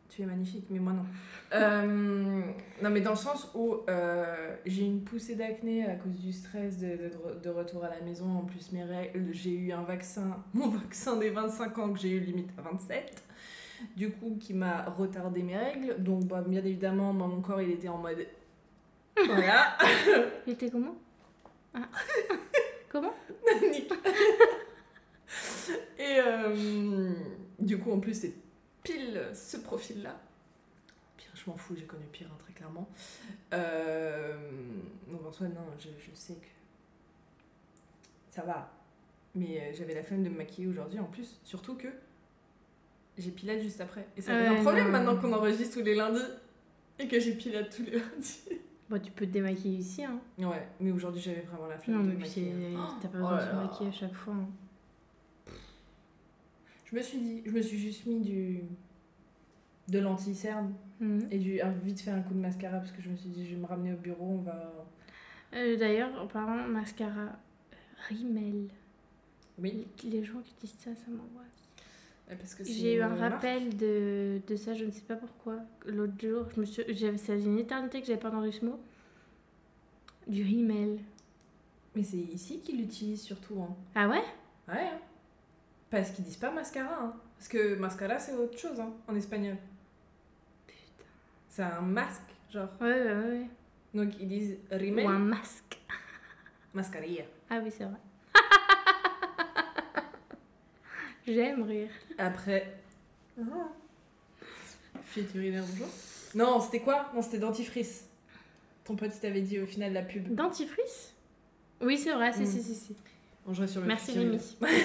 Speaker 2: Tu es magnifique, mais moi non. (laughs) Euh, non, mais dans le sens où euh, j'ai une poussée d'acné à cause du stress de, de- de retour à la maison. En plus, mes règles, j'ai eu un vaccin, (laughs) mon vaccin des 25 ans que j'ai eu limite à 27, du coup, qui m'a retardé mes règles. Donc, bah, bien évidemment, moi, mon corps, il était en mode. Voilà,
Speaker 1: Il était comment Ah. (laughs) Comment
Speaker 2: Nick. (laughs) Et euh, du coup, en plus, c'est pile ce profil-là. Pire, je m'en fous, j'ai connu pire, hein, très clairement. Euh, donc en soi, non, je, je sais que ça va. Mais euh, j'avais la flemme de me maquiller aujourd'hui en plus, surtout que j'ai Pilate juste après. Et ça fait
Speaker 1: Ouais,
Speaker 2: un problème
Speaker 1: non.
Speaker 2: maintenant qu'on enregistre tous les lundis et que j'ai Pilate tous les (laughs) lundis.
Speaker 1: Bon, tu peux te démaquiller ici, hein.
Speaker 2: Ouais, mais aujourd'hui j'avais vraiment la flemme
Speaker 1: Non,
Speaker 2: de
Speaker 1: mais
Speaker 2: me
Speaker 1: puis c'est-
Speaker 2: maquiller.
Speaker 1: t'as pas
Speaker 2: Oh
Speaker 1: besoin de
Speaker 2: là
Speaker 1: se
Speaker 2: là.
Speaker 1: maquiller à chaque fois. hein.
Speaker 2: Je me suis dit, je me suis juste mis du de l'anti-cerne
Speaker 1: Mhm.
Speaker 2: et du ah, vite fait un coup de mascara parce que je me suis dit je vais me ramener au bureau, on va
Speaker 1: Euh, D'ailleurs, en parlant de mascara, euh, Rimmel.
Speaker 2: oui
Speaker 1: Les- Les gens qui disent ça, ça m'envoie.
Speaker 2: parce que
Speaker 1: J'ai eu un rappel de, de ça, je ne sais pas pourquoi. L'autre jour, je me suis, j'avais, ça faisait une éternité que j'avais pas entendu ce mot. Du Rimmel.
Speaker 2: Mais c'est ici qu'ils l'utilisent surtout hein.
Speaker 1: Ah ouais
Speaker 2: Ouais. hein. Parce qu'ils disent pas mascara hein. parce que mascara c'est autre chose hein, en espagnol.
Speaker 1: Putain.
Speaker 2: C'est un masque genre.
Speaker 1: Ouais, ouais, ouais,
Speaker 2: Donc ils disent
Speaker 1: ouais.
Speaker 2: rimel
Speaker 1: Ou un masque.
Speaker 2: mascarilla.
Speaker 1: Ah oui, c'est vrai. (laughs) J'aime rire.
Speaker 2: Après. Fuite urinaire, bonjour. Non, c'était quoi Non, c'était dentifrice. Ton pote il t'avait dit au final la pub.
Speaker 1: Dentifrice Oui, c'est vrai, si,
Speaker 2: Mm.
Speaker 1: si, si, si.
Speaker 2: On jouait sur le
Speaker 1: Merci
Speaker 2: fuite urinaire.
Speaker 1: Rémi.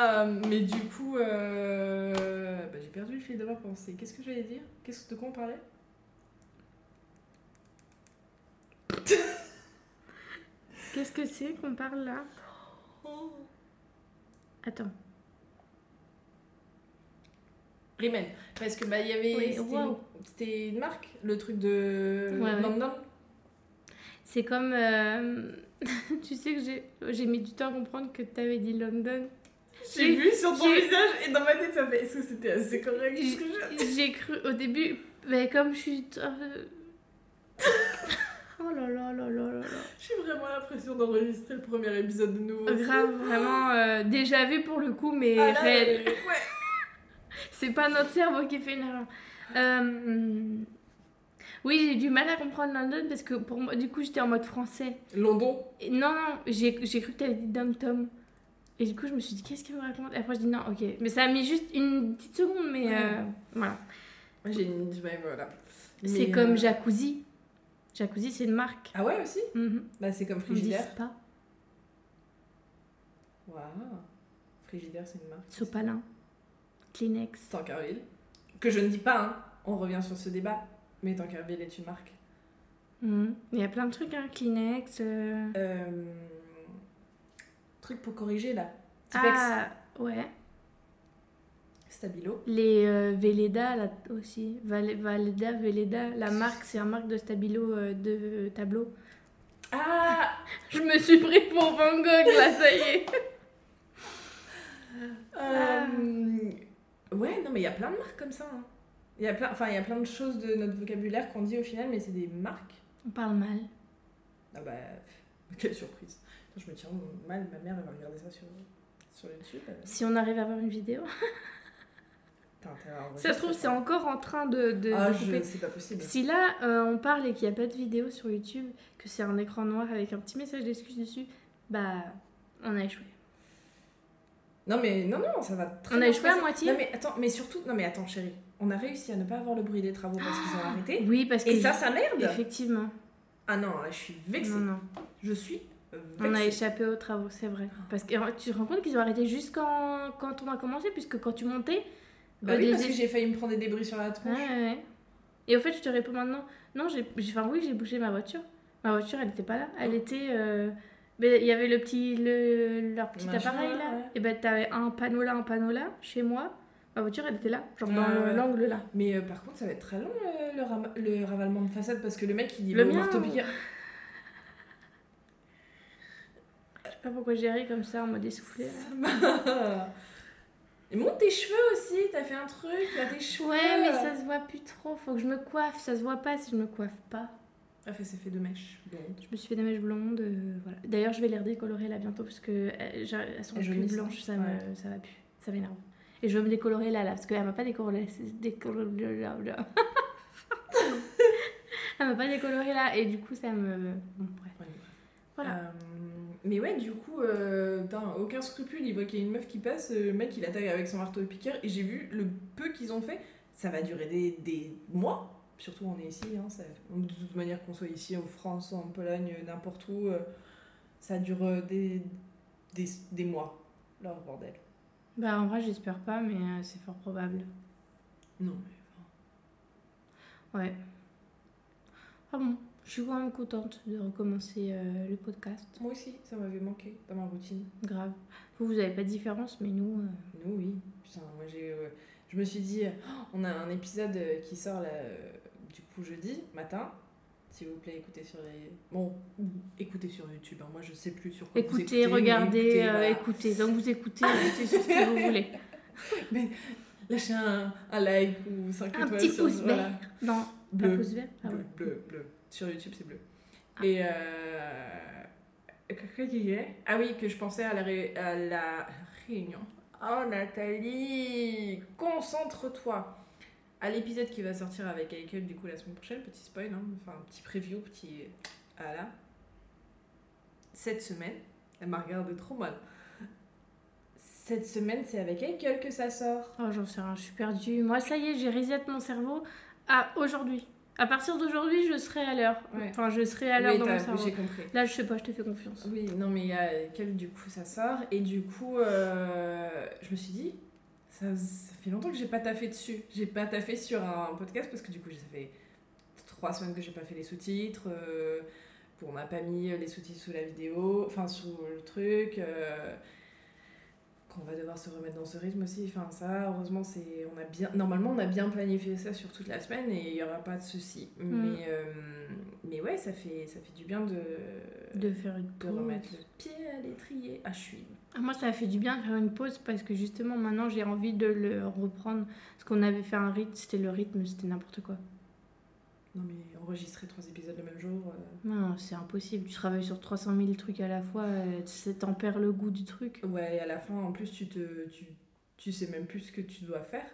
Speaker 2: Euh, mais du coup, euh, bah, j'ai perdu le fil de ma pensée. Qu'est-ce que j'allais dire Qu'est-ce de quoi on parlait
Speaker 1: (laughs) Qu'est-ce que c'est qu'on parle là Oh. Attends.
Speaker 2: Rimmel. Parce que bah il y avait.
Speaker 1: Oui,
Speaker 2: c'était
Speaker 1: wow.
Speaker 2: une- c'était une marque, le truc de.
Speaker 1: Ouais, ouais.
Speaker 2: Dom Dom.
Speaker 1: C'est comme. euh, (laughs) tu sais que j'ai, j'ai mis du temps à comprendre que t'avais dit London.
Speaker 2: J'ai vu sur ton
Speaker 1: j'ai-
Speaker 2: visage et dans ma tête ça fait. Est-ce que c'était assez correct ce que j'ai-
Speaker 1: J'ai cru au début, mais comme je suis. euh, (laughs) Oh là là là là là là.
Speaker 2: J'ai vraiment l'impression d'enregistrer le premier épisode de nouveau.
Speaker 1: Grave, vraiment euh, déjà vu pour le coup, mais
Speaker 2: Ah là,
Speaker 1: réel.
Speaker 2: ouais.
Speaker 1: C'est pas notre cerveau qui fait une erreur. Euh, Oui, j'ai eu du mal à comprendre London parce que pour moi, du coup, j'étais en mode français.
Speaker 2: London.
Speaker 1: Et non, non, j'ai j'ai cru que t'avais dit Dom Tom. Et du coup, je me suis dit, qu'est-ce qu'elle me raconte Et après, je dis non, ok. Mais ça a mis juste une petite seconde, mais
Speaker 2: Ouais.
Speaker 1: euh, voilà.
Speaker 2: J'ai une. ouais, voilà.
Speaker 1: C'est
Speaker 2: Mais,
Speaker 1: comme
Speaker 2: euh,
Speaker 1: Jacuzzi. Jacuzzi, c'est une marque.
Speaker 2: Ah ouais aussi
Speaker 1: Mhm.
Speaker 2: Bah c'est comme
Speaker 1: On dit
Speaker 2: Frigidaire.
Speaker 1: pas.
Speaker 2: Waouh. Frigidaire c'est une marque.
Speaker 1: Sopalin. Kleenex.
Speaker 2: Tankerville. Que je ne dis pas, hein. On revient sur ce débat. Mais Tankerville est une marque.
Speaker 1: Mhm. Il y a plein de trucs, hein. Kleenex. euh,
Speaker 2: Euh... Truc pour corriger là. Tipex.
Speaker 1: Ah, ouais.
Speaker 2: Stabilo.
Speaker 1: Les euh, Velleda, là aussi. Val- Valeda, Velleda. La marque, c'est un marque de stabilo euh, de tableau.
Speaker 2: Ah
Speaker 1: Je me suis pris pour Van Gogh, là, ça y est. Ah.
Speaker 2: Euh, Ouais, non mais il y a plein de marques comme ça. hein. Il y a plein... Enfin, il y a plein de choses de notre vocabulaire qu'on dit au final, mais c'est des marques.
Speaker 1: On parle mal.
Speaker 2: Ah bah, (laughs) quelle surprise. Attends, je me tiens mal, ma mère elle va regarder ça sur, sur YouTube. elle-
Speaker 1: Si on arrive à avoir une vidéo.
Speaker 2: T'as intérêt à
Speaker 1: Ça se trouve, c'est
Speaker 2: enregistrer.
Speaker 1: encore en train de, de,
Speaker 2: Ah,
Speaker 1: de
Speaker 2: je-
Speaker 1: couper.
Speaker 2: c'est pas possible.
Speaker 1: Si là, euh, on parle et qu'il n'y a pas de vidéo sur YouTube, que c'est un écran noir avec un petit message d'excuse dessus, bah, on a échoué.
Speaker 2: Non mais non non, ça va très
Speaker 1: On a
Speaker 2: bien se
Speaker 1: échoué à
Speaker 2: passer.
Speaker 1: moitié.
Speaker 2: Non mais attends, mais surtout, non mais attends chérie, on a réussi à ne pas avoir le bruit des travaux parce qu'ils ont arrêté.
Speaker 1: Oui, parce Ah, que.
Speaker 2: Et ça, ça merde.
Speaker 1: Effectivement.
Speaker 2: Ah non, là, je suis vexée.
Speaker 1: Non, non.
Speaker 2: Je suis
Speaker 1: On a
Speaker 2: vexée.
Speaker 1: échappé aux travaux, c'est vrai.
Speaker 2: Ah.
Speaker 1: Parce que euh, tu te rends compte qu'ils ont arrêté juste quand, quand on a commencé, puisque quand tu montais.
Speaker 2: Bah
Speaker 1: euh,
Speaker 2: oui,
Speaker 1: les-
Speaker 2: parce que j'ai failli me prendre des débris sur la
Speaker 1: Ouais,
Speaker 2: tronche.
Speaker 1: ouais, ouais. Et au fait, je te réponds maintenant. Non, j'ai. j'ai- Enfin, oui, j'ai bougé ma voiture. Ma voiture, elle n'était pas là.
Speaker 2: Oh.
Speaker 1: Elle était. euh, Mais il y avait le petit. Le... Leur petit
Speaker 2: Machin,
Speaker 1: appareil là.
Speaker 2: ouais.
Speaker 1: Et ben, t'avais un panneau là, un panneau là, chez moi. Ma voiture, elle était là. Genre dans
Speaker 2: Ouais,
Speaker 1: le-
Speaker 2: ouais.
Speaker 1: l'angle là.
Speaker 2: Mais euh, par contre, ça va être très long euh, le, le ram- le ravalement de façade parce que le mec il dit
Speaker 1: Le
Speaker 2: bon,
Speaker 1: mien,
Speaker 2: marteau
Speaker 1: ou-
Speaker 2: piqueur.
Speaker 1: sais pas pourquoi j'ai ri comme ça en mode essoufflé. là.
Speaker 2: Et monte tes cheveux aussi, t'as fait un truc, t'as tes cheveux.
Speaker 1: Ouais, mais ça se voit plus trop. Faut que je me coiffe. Ça se voit pas si je me coiffe pas.
Speaker 2: Ah, fait, c'est fait de mèche. blonde.
Speaker 1: Je me suis fait des mèches blondes. euh, voilà. D'ailleurs, je vais les redécolorer là bientôt parce que euh, j'ai- elles sont
Speaker 2: Elles
Speaker 1: plus
Speaker 2: jaunissent,
Speaker 1: blanches. Ça,
Speaker 2: ouais.
Speaker 1: me, ça va plus. Ça m'énerve. Et je veux me décolorer là, là, parce qu'elle m'a pas décoloré. (laughs) c'est- décoloré là, là. Elle m'a pas décoloré là, et du coup, ça me. Bon, bref.
Speaker 2: Ouais.
Speaker 1: Voilà.
Speaker 2: Euh, mais ouais, du coup, euh, putain, aucun scrupule. Il voit qu'il y a une meuf qui passe, euh, le mec il attaque avec son marteau et piqueur. Et j'ai vu le peu qu'ils ont fait, ça va durer des, des mois. Surtout, on est ici. Hein, ça- de toute manière, qu'on soit ici en France, en Pologne, euh, n'importe où, euh, ça dure euh, des, des, des mois. Leur bordel.
Speaker 1: Bah, en vrai, j'espère pas, mais euh, c'est fort probable.
Speaker 2: Non, mais.
Speaker 1: Ouais. Ah bon, je suis quand même contente de recommencer euh, le podcast.
Speaker 2: Moi aussi, ça m'avait manqué dans ma routine.
Speaker 1: Grave. Vous, vous avez pas de différence, mais nous. euh,
Speaker 2: Nous, oui. Putain, moi, j'ai, euh, je me suis dit, Oh, on a un épisode euh, qui sort là, euh, du coup jeudi matin. S'il vous plaît, écoutez sur les. Bon, ou écoutez sur YouTube. hein. Moi, je sais plus sur quoi vous
Speaker 1: Écoutez,
Speaker 2: mais
Speaker 1: regardez,
Speaker 2: écoutez,
Speaker 1: euh,
Speaker 2: voilà.
Speaker 1: écoutez. Donc vous écoutez, écoutez sur ce que vous voulez.
Speaker 2: Lâchez un, un like ou 5
Speaker 1: Un
Speaker 2: étoiles.
Speaker 1: petit
Speaker 2: sur-
Speaker 1: pouce
Speaker 2: voilà.
Speaker 1: vert. Non, un
Speaker 2: Bleu.
Speaker 1: pouce vert. Ah
Speaker 2: bleu,
Speaker 1: ouais.
Speaker 2: bleu, bleu. Sur YouTube, c'est bleu.
Speaker 1: Ah.
Speaker 2: Et. Euh... qu'est-ce que je disais Ah oui, que je pensais à la, ré- à la réunion. Oh Nathalie, concentre-toi. À l'épisode qui va sortir avec Michael du coup la semaine prochaine, petit spoil, hein, enfin petit preview, petit. Ah là. Cette semaine, elle m'a regardé trop mal. Cette semaine, c'est avec Michael que ça sort.
Speaker 1: Oh, j'en sais rien, je suis perdue. Moi, ça y est, j'ai reset mon cerveau à aujourd'hui. À partir d'aujourd'hui, je serai à l'heure.
Speaker 2: Ouais.
Speaker 1: Enfin, je serai à l'heure
Speaker 2: Oui,
Speaker 1: dans
Speaker 2: t'as-
Speaker 1: mon cerveau.
Speaker 2: j'ai compris.
Speaker 1: Là, je sais pas, je te fais confiance.
Speaker 2: Oui, non, mais il y a quel du coup ça sort. Et du coup, euh, je me suis dit, ça, ça fait longtemps que j'ai pas taffé dessus. J'ai pas taffé sur un podcast parce que du coup, ça fait trois semaines que j'ai pas fait les sous-titres. euh, bon, on n'a pas mis les sous-titres sous la vidéo, enfin, sous le truc. euh, qu'on va devoir se remettre dans ce rythme aussi. Enfin, ça, heureusement, c'est, on a bien, normalement, on a bien planifié ça sur toute la semaine et il n'y aura pas de souci. Mais, euh, mais ouais, ça fait, ça fait du bien de
Speaker 1: De faire une
Speaker 2: de
Speaker 1: pause.
Speaker 2: remettre le pied à l'étrier. Ah, je suis.
Speaker 1: Ah, Moi, ça a fait du bien de faire une pause parce que justement, maintenant, j'ai envie de le reprendre. Parce qu'on avait fait un rythme, c'était le rythme, c'était n'importe quoi.
Speaker 2: Non, mais enregistrer trois épisodes le même jour. euh,
Speaker 1: Non, c'est impossible. Tu travailles sur 300 000 trucs à la fois, euh, tu sais, t'en perds le goût du truc.
Speaker 2: Ouais, et à la fin, en plus, tu, te, tu, tu sais même plus ce que tu dois faire.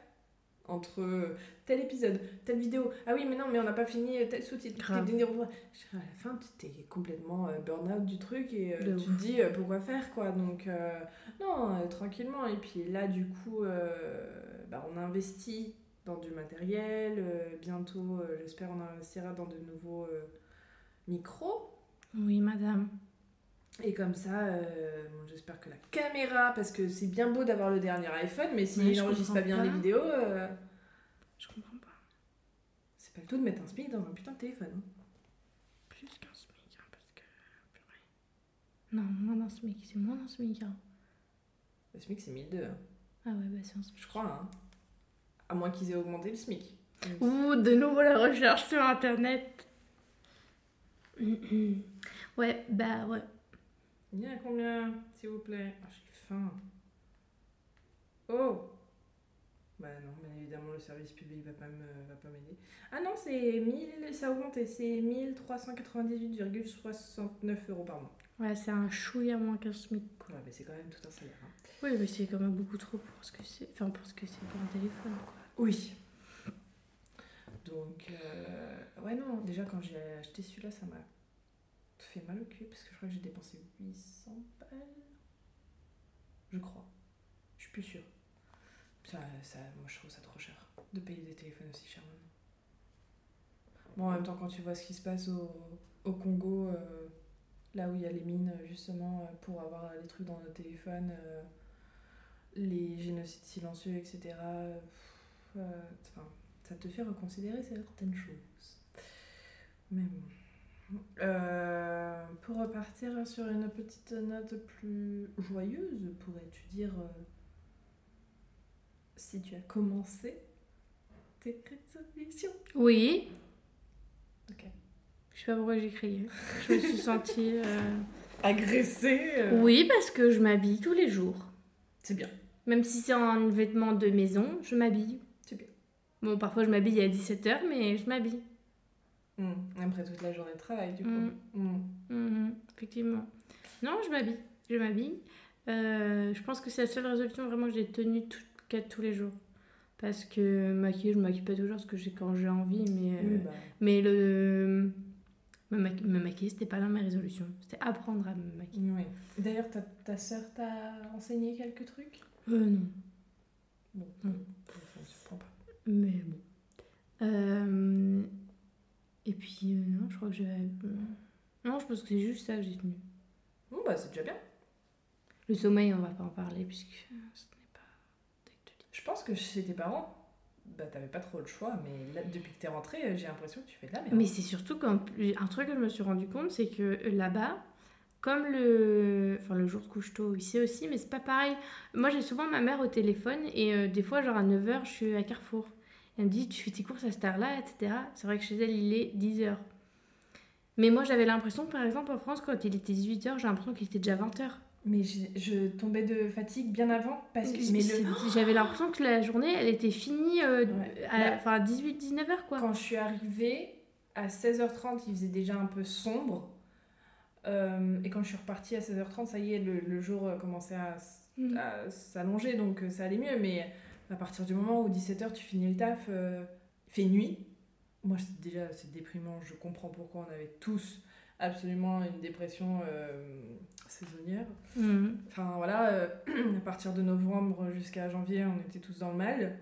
Speaker 2: Entre euh, tel épisode, telle vidéo. Ah oui, mais non, mais on n'a pas fini euh, tel sous-titre.
Speaker 1: Grave.
Speaker 2: tel- tel- tel- tel- À la fin, tu t'es complètement euh, burn-out du truc et euh,
Speaker 1: De
Speaker 2: tu te
Speaker 1: ouf.
Speaker 2: dis euh, pourquoi faire, quoi. Donc, euh, non, euh, tranquillement. Et puis là, du coup, euh, bah, on investit dans du matériel. euh, bientôt, euh, j'espère, on investira dans de nouveaux euh, micros.
Speaker 1: Oui, madame.
Speaker 2: Et comme ça, euh, bon, j'espère que la caméra, parce que c'est bien beau d'avoir le dernier iPhone, mais
Speaker 1: Ouais,
Speaker 2: si
Speaker 1: je
Speaker 2: j'enregistre pas bien
Speaker 1: comprends pas.
Speaker 2: les vidéos, euh,
Speaker 1: Je comprends pas.
Speaker 2: c'est pas le tout de mettre un SMIC dans un putain de téléphone. hein.
Speaker 1: Plus qu'un SMIC, hein, parce que. purée. Non, moins d'un SMIC, c'est moins d'un SMIC. hein.
Speaker 2: Le SMIC c'est 1002, hein.
Speaker 1: Ah ouais, bah c'est un SMIC.
Speaker 2: je crois. hein. À moins qu'ils aient augmenté le SMIC.
Speaker 1: Ouh, de nouveau la recherche sur internet. Mm, ouais, bah ouais.
Speaker 2: Il y en a combien, s'il vous plaît Ah, J'ai faim. Oh Bah non, bien évidemment, le service public va pas me- va pas m'aider. Ah non, c'est 1000, ça a augmenté, c'est 1398,69 euros par mois.
Speaker 1: Ouais, c'est un chouïa moins qu'un SMIC.
Speaker 2: Ouais, mais c'est quand même tout un salaire. hein.
Speaker 1: Oui, mais c'est quand même beaucoup trop pour ce que c'est. Enfin, pour ce que c'est pour un téléphone, quoi.
Speaker 2: Oui. Donc, euh, ouais, non, déjà quand j'ai acheté celui-là, ça m'a fait mal au cul parce que je crois que j'ai dépensé 800 balles. Je crois. Je suis plus sûre. Ça, ça, moi, je trouve ça trop cher de payer des téléphones aussi chers maintenant. Bon, en même temps, quand tu vois ce qui se passe au, au Congo, euh, là où il y a les mines, justement, euh, pour avoir les trucs dans nos téléphones, euh, les génocides silencieux, etc. euh, euh, enfin, ça te fait reconsidérer certaines choses. Mais bon. Euh, pour repartir sur une petite note plus joyeuse, pourrais-tu dire euh, si tu as commencé tes résolutions
Speaker 1: Oui.
Speaker 2: Ok.
Speaker 1: (laughs) Je sais pas pourquoi j'ai crié. Je me suis sentie. euh,
Speaker 2: agressée. euh,
Speaker 1: Oui, parce que je m'habille tous les jours.
Speaker 2: C'est bien.
Speaker 1: Même si c'est en vêtements de maison, je m'habille.
Speaker 2: C'est bien.
Speaker 1: Bon, parfois je m'habille à 17h, mais je m'habille.
Speaker 2: Hmm. Après toute la journée de travail, du coup.
Speaker 1: Hmm.
Speaker 2: Hmm.
Speaker 1: Mhm, effectivement. Non, je m'habille. Je m'habille. Euh, je pense que c'est la seule résolution vraiment que j'ai tenue tout, qu'à tous les jours. Parce que maquiller, je me maquille pas toujours parce que j'ai quand j'ai envie, mais, euh,
Speaker 2: Oui, bah,
Speaker 1: mais le me, maqui- me maquiller, c'était pas dans ma résolution. C'était apprendre à me maquiller.
Speaker 2: oui. D'ailleurs, ta, ta sœur t'a enseigné quelques trucs
Speaker 1: Euh, non.
Speaker 2: Bon,
Speaker 1: Hmm.
Speaker 2: ça ne surprend pas.
Speaker 1: Mais bon. Euh, et puis, euh, non, je crois que j'ai. Non, je pense que c'est juste ça que j'ai tenu.
Speaker 2: Bon, bah, c'est déjà bien.
Speaker 1: Le sommeil, on va pas en parler puisque euh, ce n'est pas d'actualité.
Speaker 2: Je pense que chez tes parents, bah, t'avais pas trop le choix, mais là, depuis que t'es rentrée, euh, j'ai l'impression que tu fais de la merde.
Speaker 1: Mais c'est surtout qu'un un truc que je me suis rendu compte, c'est que là-bas, comme le, enfin, le jour de couche tôt ici aussi, mais c'est pas pareil. Moi, j'ai souvent ma mère au téléphone et euh, des fois, genre à 9h, je suis à Carrefour. Elle me dit, tu fais tes courses à cette heure-là, etc. C'est vrai que chez elle, il est 10h. Mais moi, j'avais l'impression, par exemple, en France, quand il était 18h, j'ai l'impression qu'il était déjà 20h.
Speaker 2: Mais j'ai- je tombais de fatigue bien avant, parce que... Mais le-
Speaker 1: C'est- J'avais l'impression que la journée, elle était finie euh,
Speaker 2: Ouais.
Speaker 1: à
Speaker 2: Bah-
Speaker 1: enfin, 18-19h, quoi.
Speaker 2: Quand je suis arrivée, à 16h30, il faisait déjà un peu sombre. Euh, et quand je suis repartie à 16h30, ça y est, le, le jour euh, commençait à, s-
Speaker 1: Mhm.
Speaker 2: à s'allonger, donc euh, ça allait mieux. Mais à partir du moment où 17h, tu finis le taf, euh, il fait nuit. Moi, c'est déjà, c'est déprimant. Je comprends pourquoi on avait tous absolument une dépression euh, saisonnière.
Speaker 1: Mhm.
Speaker 2: Enfin voilà, euh, (clears throat) à partir de novembre jusqu'à janvier, on était tous dans le mal.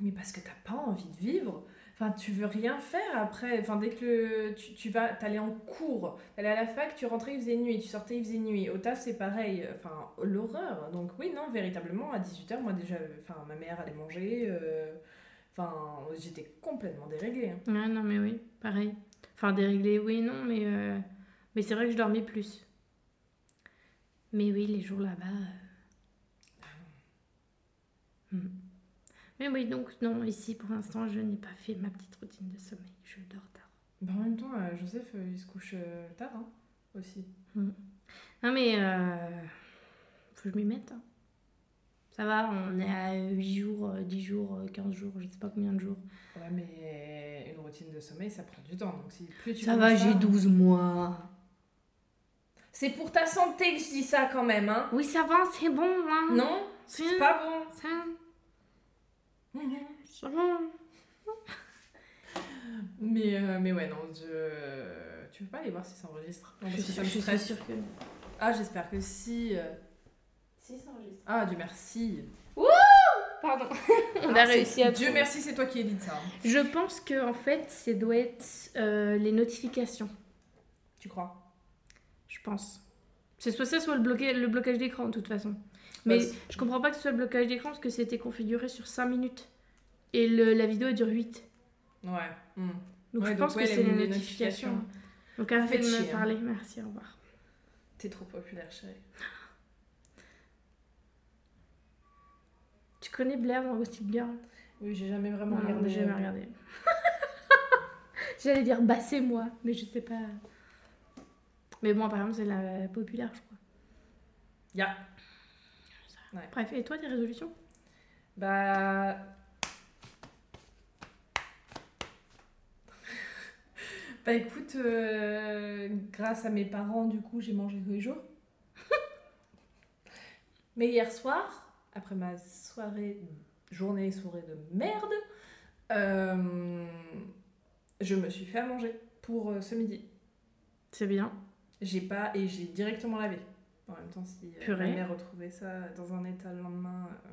Speaker 2: Mais parce que t'as pas envie de vivre. Enfin, tu veux rien faire après. Enfin, dès que le- tu, tu vas, t'allais en cours, t'allais à la fac, tu rentrais, il faisait nuit, tu sortais, il faisait nuit. Au taf, c'est pareil. Enfin, l'horreur. Donc oui, non, véritablement, à 18h, moi déjà, euh, enfin, ma mère allait manger. euh, Enfin, j'étais complètement déréglée. hein.
Speaker 1: Ouais, non, mais oui, pareil. Enfin, déréglé, oui, non, mais, euh, mais c'est vrai que je dormais plus. Mais oui, les jours là-bas. euh. Hmm. Mais oui, donc, non, ici pour l'instant, je n'ai pas fait ma petite routine de sommeil. Je dors tard.
Speaker 2: Bah, en même temps, euh, Joseph, euh, il se couche euh, tard hein, aussi.
Speaker 1: Non, mais. euh, Faut que je m'y mette. hein. Ça va, on est à 8 jours, euh, 10 jours, euh, 15 jours, je sais pas combien de jours.
Speaker 2: Ouais, mais une routine de sommeil, ça prend du temps. Donc si plus tu
Speaker 1: Ça
Speaker 2: fais
Speaker 1: va,
Speaker 2: ça-
Speaker 1: j'ai 12 mois.
Speaker 2: C'est pour ta santé que je dis ça quand même, hein.
Speaker 1: Oui, ça va, c'est bon, hein.
Speaker 2: Non,
Speaker 1: c'est
Speaker 2: c'est pas bon. (laughs)
Speaker 1: ça, ça va.
Speaker 2: Mais, euh, mais ouais, non, je... tu veux pas aller voir si ça enregistre Non, parce que ça me
Speaker 1: suis
Speaker 2: stresse.
Speaker 1: sûre Ah, que.
Speaker 2: Ah, j'espère que si. euh,
Speaker 1: Si, ça enregistre.
Speaker 2: Ah, Dieu merci.
Speaker 1: Pardon. On
Speaker 2: Ah,
Speaker 1: a
Speaker 2: c'est-
Speaker 1: réussi à.
Speaker 2: Dieu
Speaker 1: trouver.
Speaker 2: merci, c'est toi qui édite ça. hein.
Speaker 1: Je pense que en fait, c'est doit être euh, les notifications.
Speaker 2: Tu crois
Speaker 1: Je pense. C'est soit ça, soit le, bloqué- le blocage d'écran de toute façon. Mais
Speaker 2: Parce-
Speaker 1: je comprends pas que ce soit le blocage d'écran parce que c'était configuré sur 5 minutes. Et le- la vidéo elle dure 8.
Speaker 2: Ouais. hmm.
Speaker 1: Donc
Speaker 2: Ouais,
Speaker 1: je
Speaker 2: donc
Speaker 1: pense
Speaker 2: ouais,
Speaker 1: que c'est les
Speaker 2: les
Speaker 1: notifications.
Speaker 2: notifications.
Speaker 1: Donc arrêtez de
Speaker 2: Faites
Speaker 1: me
Speaker 2: chier, hein.
Speaker 1: parler. Merci, au revoir.
Speaker 2: T'es trop populaire, chérie.
Speaker 1: Tu connais Blair dans Gossip Girl
Speaker 2: Oui, j'ai jamais vraiment
Speaker 1: Non,
Speaker 2: regardé.
Speaker 1: jamais regardé. Ah (laughs) J'allais dire bah c'est moi, mais je sais pas. Mais bon, par exemple, c'est la, la populaire, je crois.
Speaker 2: Ya. Ouais.
Speaker 1: Bref, et toi, tes résolutions
Speaker 2: Bah. (laughs) Bah écoute, euh, grâce à mes parents, du coup, j'ai mangé tous les jours. (laughs) Mais hier soir, après ma soirée, journée et soirée de merde, euh, je me suis fait à manger pour euh, ce midi.
Speaker 1: C'est bien.
Speaker 2: J'ai pas et j'ai directement lavé. En même temps, si euh,
Speaker 1: Purée.
Speaker 2: ma mère retrouvait ça dans un état le lendemain, euh,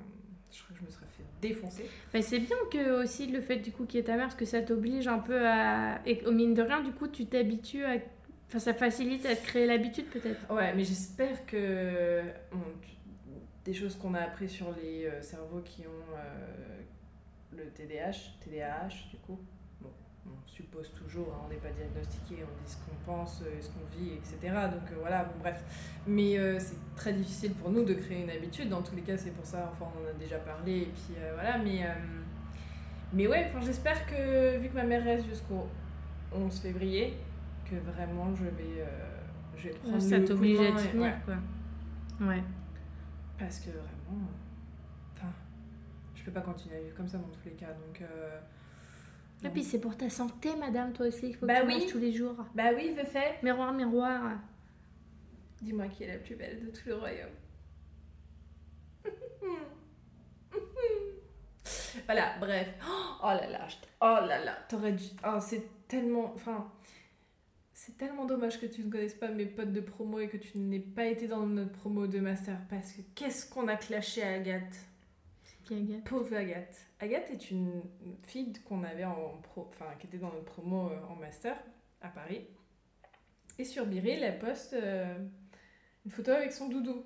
Speaker 2: je crois que je me serais fait défoncer.
Speaker 1: Mais c'est bien que aussi le fait du coup qu'il y ait ta mère, parce que ça t'oblige un peu à. Et au mine de rien, du coup, tu t'habitues à. Enfin, ça facilite à te créer l'habitude peut-être.
Speaker 2: Ouais, mais j'espère que bon, tu- des choses qu'on a appris sur les euh, cerveaux qui ont euh, le TDAH, TDAH du coup, bon, on suppose toujours, hein, on n'est pas diagnostiqué, on dit ce qu'on pense, euh, ce qu'on vit, etc. Donc euh, voilà, bon bref. Mais euh, c'est très difficile pour nous de créer une habitude, dans tous les cas c'est pour ça, enfin on en a déjà parlé, et puis euh, voilà, mais... euh, mais ouais, enfin, j'espère que vu que ma mère reste jusqu'au 11 février, que vraiment je vais, euh, Je vais te
Speaker 1: Ouais,
Speaker 2: prendre
Speaker 1: Ça
Speaker 2: le coup de
Speaker 1: t'oblige à
Speaker 2: main et-
Speaker 1: tenir,
Speaker 2: ouais.
Speaker 1: quoi. Ouais.
Speaker 2: Parce que vraiment, euh, enfin, je peux pas continuer à vivre comme ça dans tous les cas. Donc, euh,
Speaker 1: Et
Speaker 2: non.
Speaker 1: puis c'est pour ta santé, madame, toi aussi. Il faut
Speaker 2: Bah
Speaker 1: que tu
Speaker 2: oui.
Speaker 1: manges tous les jours.
Speaker 2: Bah oui, je fais.
Speaker 1: Miroir, miroir.
Speaker 2: Dis-moi qui est la plus belle de tout le royaume. (laughs) voilà, bref. Oh là là, je t- oh là là, t'aurais dû. Oh, c'est tellement. Enfin. C'est tellement dommage que tu ne connaisses pas mes potes de promo et que tu n'aies pas été dans notre promo de master parce que qu'est-ce qu'on a clashé à Agathe
Speaker 1: Qui agace.
Speaker 2: Pauvre Agathe. Agathe est une fille qu'on avait en pro, enfin qui était dans notre promo euh, en master à Paris. Et sur Biril, elle poste euh, une photo avec son doudou.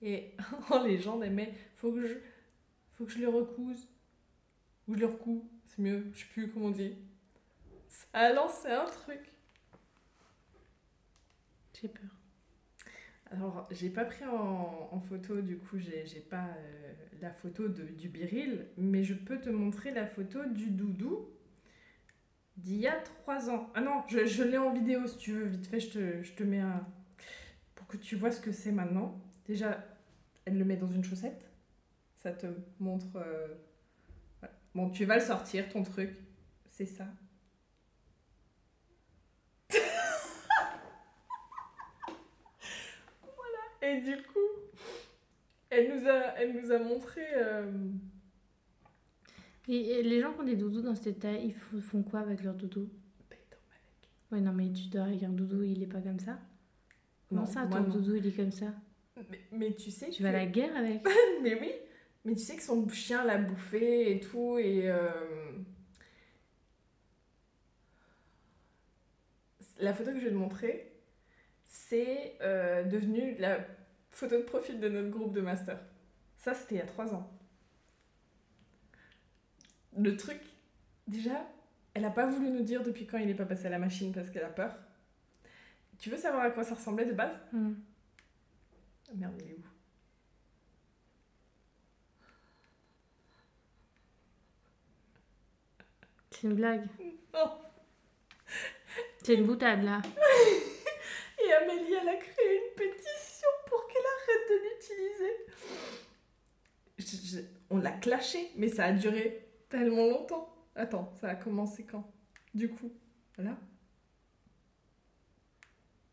Speaker 2: Et (laughs) oh, en légende, elle met faut que je, faut que je le recouse ou je le recoue, c'est mieux. Je sais plus comment on dit. Ça a lancé un truc.
Speaker 1: J'ai peur.
Speaker 2: Alors, j'ai pas pris en, en photo, du coup, j'ai j'ai pas euh, la photo de- du biril, mais je peux te montrer la photo du doudou d'il y a 3 ans. Ah non, je, je l'ai en vidéo si tu veux, vite fait, je te, je te mets un. pour que tu vois ce que c'est maintenant. Déjà, elle le met dans une chaussette. Ça te montre. euh, voilà. Bon, tu vas le sortir, ton truc. C'est ça. Et du coup, elle nous a, elle nous a montré. euh,
Speaker 1: Et, et les gens qui ont des doudous dans cet état, ils fou- font quoi avec leur doudou
Speaker 2: Ben, attends, Malek.
Speaker 1: Ouais, non, mais tu dors avec un doudou, il est pas comme ça. Comment
Speaker 2: Non,
Speaker 1: ça,
Speaker 2: moi,
Speaker 1: ton
Speaker 2: non.
Speaker 1: doudou, il est comme ça
Speaker 2: Mais, mais tu sais.
Speaker 1: Tu vas à
Speaker 2: que-
Speaker 1: la
Speaker 2: (laughs)
Speaker 1: guerre avec
Speaker 2: Mais oui, mais tu sais que son chien l'a bouffé et tout, et. euh, La photo que je vais te montrer, c'est euh, devenu la photo de profil de notre groupe de master. Ça, c'était il y a 3 ans. Le truc, déjà, elle a pas voulu nous dire depuis quand il est pas passé à la machine parce qu'elle a peur. Tu veux savoir à quoi ça ressemblait de base
Speaker 1: Hmm.
Speaker 2: ah, Merde, il est où
Speaker 1: C'est une blague.
Speaker 2: Oh.
Speaker 1: C'est une boutade, là.
Speaker 2: Et Amélie, elle a créé une pétition pour qu'elle arrête de l'utiliser. Je- je- on l'a clashé, mais ça a duré tellement longtemps. Attends, ça a commencé quand Du coup, voilà.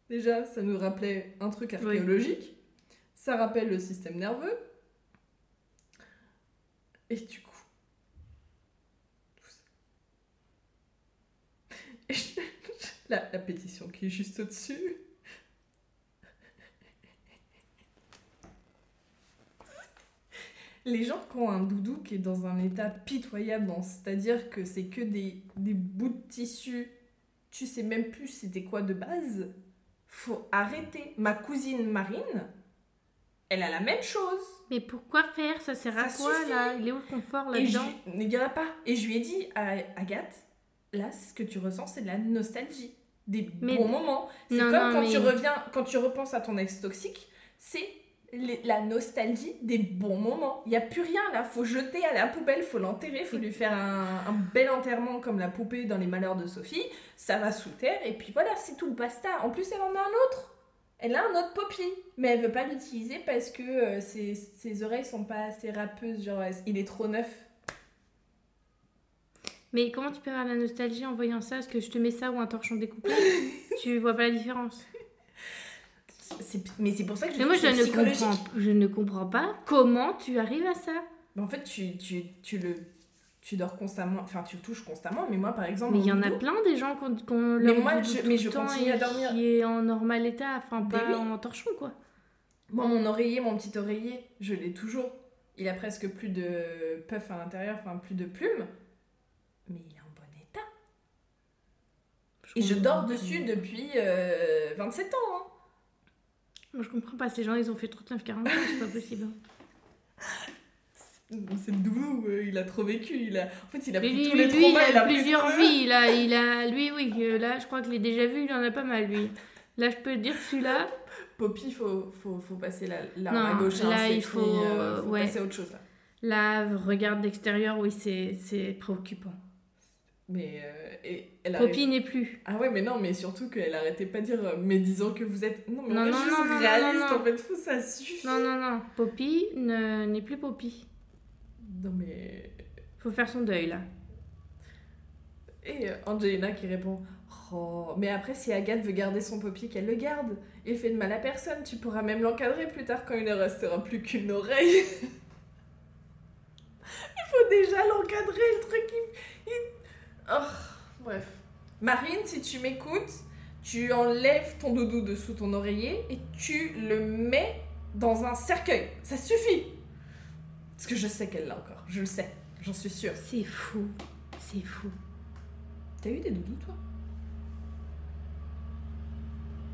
Speaker 2: Déjà, ça nous rappelait un truc archéologique. Ça rappelle le système nerveux. Et du coup. tout ça. Et (laughs) je- la, la pétition qui est juste au-dessus. Les gens qui ont un doudou qui est dans un état pitoyable, dans- c'est-à-dire que c'est que des, des bouts de tissu, tu sais même plus c'était quoi de base, faut arrêter. Ma cousine Marine, elle a la même chose.
Speaker 1: Mais pourquoi faire Ça sert à
Speaker 2: Ça
Speaker 1: quoi,
Speaker 2: suffit.
Speaker 1: là Il est où le confort,
Speaker 2: Et
Speaker 1: là-dedans
Speaker 2: je- il n'y en a pas. Et je lui ai dit à Agathe, là, ce que tu ressens, c'est de la nostalgie, des
Speaker 1: Mais-
Speaker 2: bons moments. C'est
Speaker 1: Non,
Speaker 2: comme
Speaker 1: non,
Speaker 2: quand
Speaker 1: mais-
Speaker 2: tu reviens, quand tu repenses à ton ex toxique, c'est les- la nostalgie des bons moments. Il n'y a plus rien là, faut jeter à la poubelle, faut l'enterrer, faut lui faire un, un bel enterrement comme la poupée dans les malheurs de Sophie. Ça va sous terre et puis voilà, c'est tout, basta. En plus, elle en a un autre. Elle a un autre poppy, mais elle veut pas l'utiliser parce que euh, ses, ses oreilles sont pas assez râpeuses, genre elle- il est trop neuf.
Speaker 1: Mais comment tu peux avoir la nostalgie en voyant ça Est-ce que je te mets ça ou un
Speaker 2: (laughs)
Speaker 1: torchon découpé Tu vois pas la différence.
Speaker 2: C'est- Mais c'est pour ça que je
Speaker 1: Mais moi,
Speaker 2: dis
Speaker 1: je
Speaker 2: que c'est
Speaker 1: ne,
Speaker 2: psychologique.
Speaker 1: comprends, je ne comprends pas comment tu arrives à ça.
Speaker 2: Mais en fait, tu, tu, tu le tu dors constamment, enfin tu le touches constamment, mais moi par exemple.
Speaker 1: Mais il y
Speaker 2: mon
Speaker 1: en a
Speaker 2: doudou,
Speaker 1: plein des gens qu'on qu'on
Speaker 2: Mais
Speaker 1: leur
Speaker 2: moi,
Speaker 1: dit
Speaker 2: je-
Speaker 1: tout
Speaker 2: mais
Speaker 1: le
Speaker 2: je
Speaker 1: temps
Speaker 2: continue à
Speaker 1: et
Speaker 2: dormir.
Speaker 1: qui est en normal état, enfin
Speaker 2: Mais
Speaker 1: pas
Speaker 2: oui.
Speaker 1: en torchon quoi.
Speaker 2: Moi, mon oreiller, mon petit oreiller, je l'ai toujours. Il a presque plus de puff à l'intérieur, enfin plus de plumes, mais il est en bon état. Et je
Speaker 1: comprends
Speaker 2: dors
Speaker 1: pas.
Speaker 2: dessus depuis euh, 27 ans. hein.
Speaker 1: Moi je comprends pas, ces gens ils ont fait 39-40 ans, c'est pas possible.
Speaker 2: C'est le doudou, euh, il a trop vécu. Il a... En fait, il a
Speaker 1: Mais
Speaker 2: pris
Speaker 1: lui,
Speaker 2: tous les
Speaker 1: lui,
Speaker 2: traumas,
Speaker 1: il a
Speaker 2: pris
Speaker 1: plusieurs
Speaker 2: tout le-
Speaker 1: vies. Il a, il a, lui, oui, euh, là, je crois que les déjà vus, il en a pas mal, lui. Là, je peux te dire que celui-là,
Speaker 2: Poppy, faut, faut, faut passer la, la
Speaker 1: Non,
Speaker 2: à gauche. hein,
Speaker 1: là,
Speaker 2: c'est
Speaker 1: il
Speaker 2: fini,
Speaker 1: faut-
Speaker 2: euh, faut
Speaker 1: ouais.
Speaker 2: passer à autre chose. Là.
Speaker 1: là, regarde d'extérieur, oui, c'est c'est préoccupant.
Speaker 2: Mais euh, et elle arrête-
Speaker 1: Copie n'est plus.
Speaker 2: Ah ouais, mais non, mais surtout qu'elle arrêtait pas de dire euh, mais disant que vous êtes. Non, mais
Speaker 1: Non,
Speaker 2: on est
Speaker 1: non,
Speaker 2: juste
Speaker 1: non, non,
Speaker 2: réaliste
Speaker 1: non, non.
Speaker 2: en fait, faut- ça suffit.
Speaker 1: Non, non, non. Poppy ne- n'est plus Poppy.
Speaker 2: Non, mais.
Speaker 1: Faut faire son deuil là.
Speaker 2: Et euh, Angelina qui répond Oh, mais après, si Agathe veut garder son poppy, qu'elle le garde. Il fait de mal à personne, tu pourras même l'encadrer plus tard quand il ne restera plus qu'une oreille. (laughs) il faut déjà l'encadrer, le truc. Il... il- Oh, bref. Marine, si tu m'écoutes, tu enlèves ton doudou dessous ton oreiller et tu le mets dans un cercueil. Ça suffit Parce que je sais qu'elle l'a encore, je le sais, j'en suis sûre.
Speaker 1: C'est fou. C'est fou.
Speaker 2: T'as eu des doudous, toi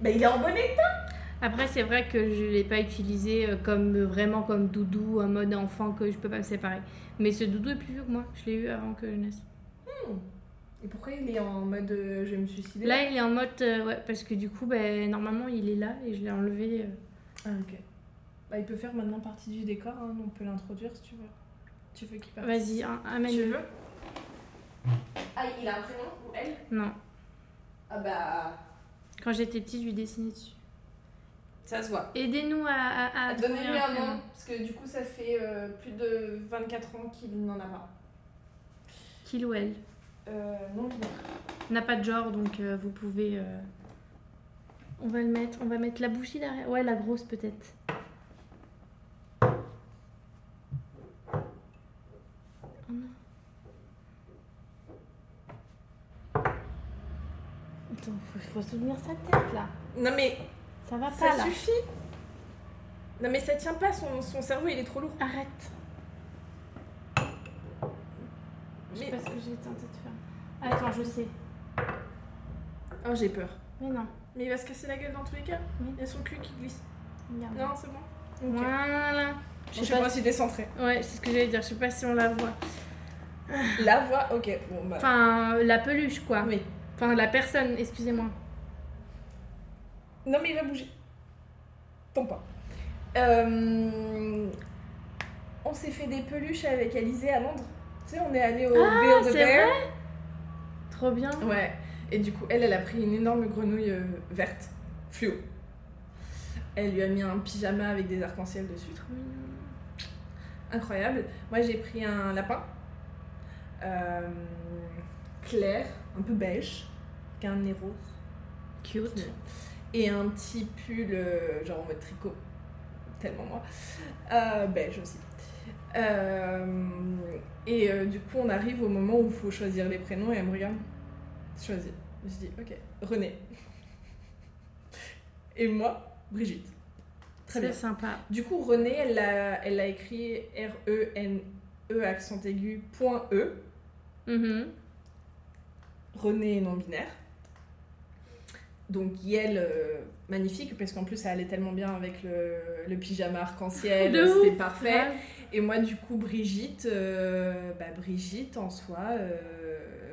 Speaker 2: Bah, il est en bon état
Speaker 1: Après, c'est vrai que je l'ai pas utilisé euh, comme euh, vraiment comme doudou, en mode enfant que je peux pas me séparer. Mais ce doudou est plus vieux que moi. Je l'ai eu avant que je naisse.
Speaker 2: Et pourquoi il est en mode euh, je vais me suicider
Speaker 1: Là, il est en mode. euh, ouais, parce que du coup, ben, normalement, il est là et je l'ai enlevé. euh.
Speaker 2: Ah, ok. Bah, il peut faire maintenant partie du décor, hein, on peut l'introduire si tu veux. Tu veux qu'il parte
Speaker 1: Vas-y, un- amène-le.
Speaker 2: veux Ah, il a un prénom ou elle
Speaker 1: Non.
Speaker 2: Ah, bah.
Speaker 1: Quand j'étais petite, je lui dessinais dessus.
Speaker 2: Ça se voit.
Speaker 1: Aidez-nous à. à, à trouver
Speaker 2: Donnez-lui un
Speaker 1: prénom.
Speaker 2: nom, parce que du coup, ça fait euh, plus de 24 ans qu'il n'en a pas.
Speaker 1: Qu'il ou elle.
Speaker 2: Euh, non, il a-
Speaker 1: n'a pas de genre, donc euh, vous pouvez. euh, On va le mettre, on va mettre la bougie derrière. Ouais, la grosse peut-être. Oh non. Attends, faut, faut soutenir sa tête là.
Speaker 2: Non, mais
Speaker 1: Ah, Ça va
Speaker 2: ça
Speaker 1: pas là.
Speaker 2: suffit Non, mais ça tient pas, son, son cerveau il est trop lourd.
Speaker 1: Arrête. Je sais
Speaker 2: Mais-
Speaker 1: pas ce que j'ai tenté de faire. Attends, je sais.
Speaker 2: Oh, j'ai peur.
Speaker 1: Mais non.
Speaker 2: Mais il va se casser la gueule dans tous les cas.
Speaker 1: Oui.
Speaker 2: Il y a son cul qui glisse.
Speaker 1: Regarde.
Speaker 2: Non, c'est bon.
Speaker 1: Voilà.
Speaker 2: Ah. Je sais pas si t'es centré.
Speaker 1: Ouais, c'est ce que j'allais dire. Je sais pas si on la voit.
Speaker 2: La voix, ok. Bon, bah. Ah,
Speaker 1: Enfin, euh, la peluche, quoi.
Speaker 2: oui.
Speaker 1: Enfin, la personne, excusez-moi.
Speaker 2: Non, mais il va bouger. Tant pas. Euh, On s'est fait des peluches avec Alizé à Londres. Tu sais, on est allé au Bear the
Speaker 1: c'est
Speaker 2: Bear.
Speaker 1: Trop bien.
Speaker 2: Ouais. Et du coup, elle, elle a pris une énorme grenouille euh, verte, fluo. Elle lui a mis un pyjama avec des arcs-en-ciel dessus.
Speaker 1: Trop mignon.
Speaker 2: incroyable. Moi, j'ai pris un lapin euh, clair, un peu beige, qui a un nez rose,
Speaker 1: Cute.
Speaker 2: et un petit pull euh, genre en mode tricot, tellement moi, Euh, beige aussi. Euh, et euh, du coup, on arrive au moment où il faut choisir les prénoms et elle me regarde. Choisis. Je dis, ok, René. Et moi, Brigitte. Très bien.
Speaker 1: C'est sympa.
Speaker 2: Du coup, Renée, elle l'a elle l'a écrit R-E-N-E E accent aigu, point E,
Speaker 1: Mhm.
Speaker 2: Renée est non-binaire. Donc, Yel, euh, magnifique, parce qu'en plus, ça allait tellement bien avec le, le pyjama arc-en-ciel,
Speaker 1: (laughs) De
Speaker 2: c'était
Speaker 1: ouf.
Speaker 2: parfait. Et moi, du coup, Brigitte, euh, bah, Brigitte en soi euh,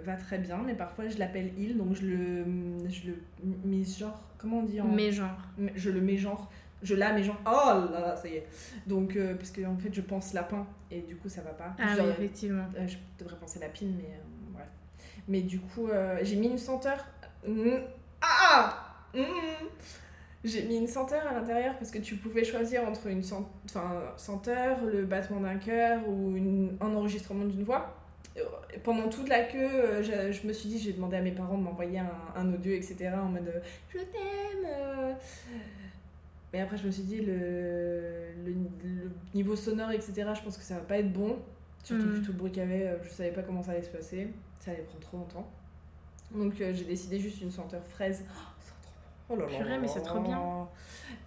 Speaker 2: va très bien, mais parfois je l'appelle Il, donc je le, je le misgenre, comment on dit en
Speaker 1: Mais genre.
Speaker 2: Mais je le mégenre, je la mégenre. Oh là là, ça y est. Donc, euh, parce que en fait, je pense lapin et du coup, ça va pas.
Speaker 1: Ah
Speaker 2: je,
Speaker 1: oui,
Speaker 2: devrais-
Speaker 1: effectivement.
Speaker 2: euh, je devrais penser lapine, mais euh, bref. Mais du coup, euh, j'ai mis une senteur. Mm. Ah Mm. J'ai mis une senteur à l'intérieur parce que tu pouvais choisir entre une sen- enfin, senteur, le battement d'un cœur ou une- un enregistrement d'une voix. Euh, Pendant toute la queue, euh, je, je me suis dit, j'ai demandé à mes parents de m'envoyer un, un audio, etc. en mode euh, je t'aime. euh. Mais après, je me suis dit, le, le, le niveau sonore, etc., je pense que ça va pas être bon. Surtout
Speaker 1: Mm.
Speaker 2: vu tout le bruit qu'il y avait, euh, je savais pas comment ça allait se passer. Ça allait prendre trop longtemps. Donc euh, j'ai décidé juste une senteur fraise. Oh, ça sent trop bon. Oh là là.
Speaker 1: Purée, mais c'est trop bien.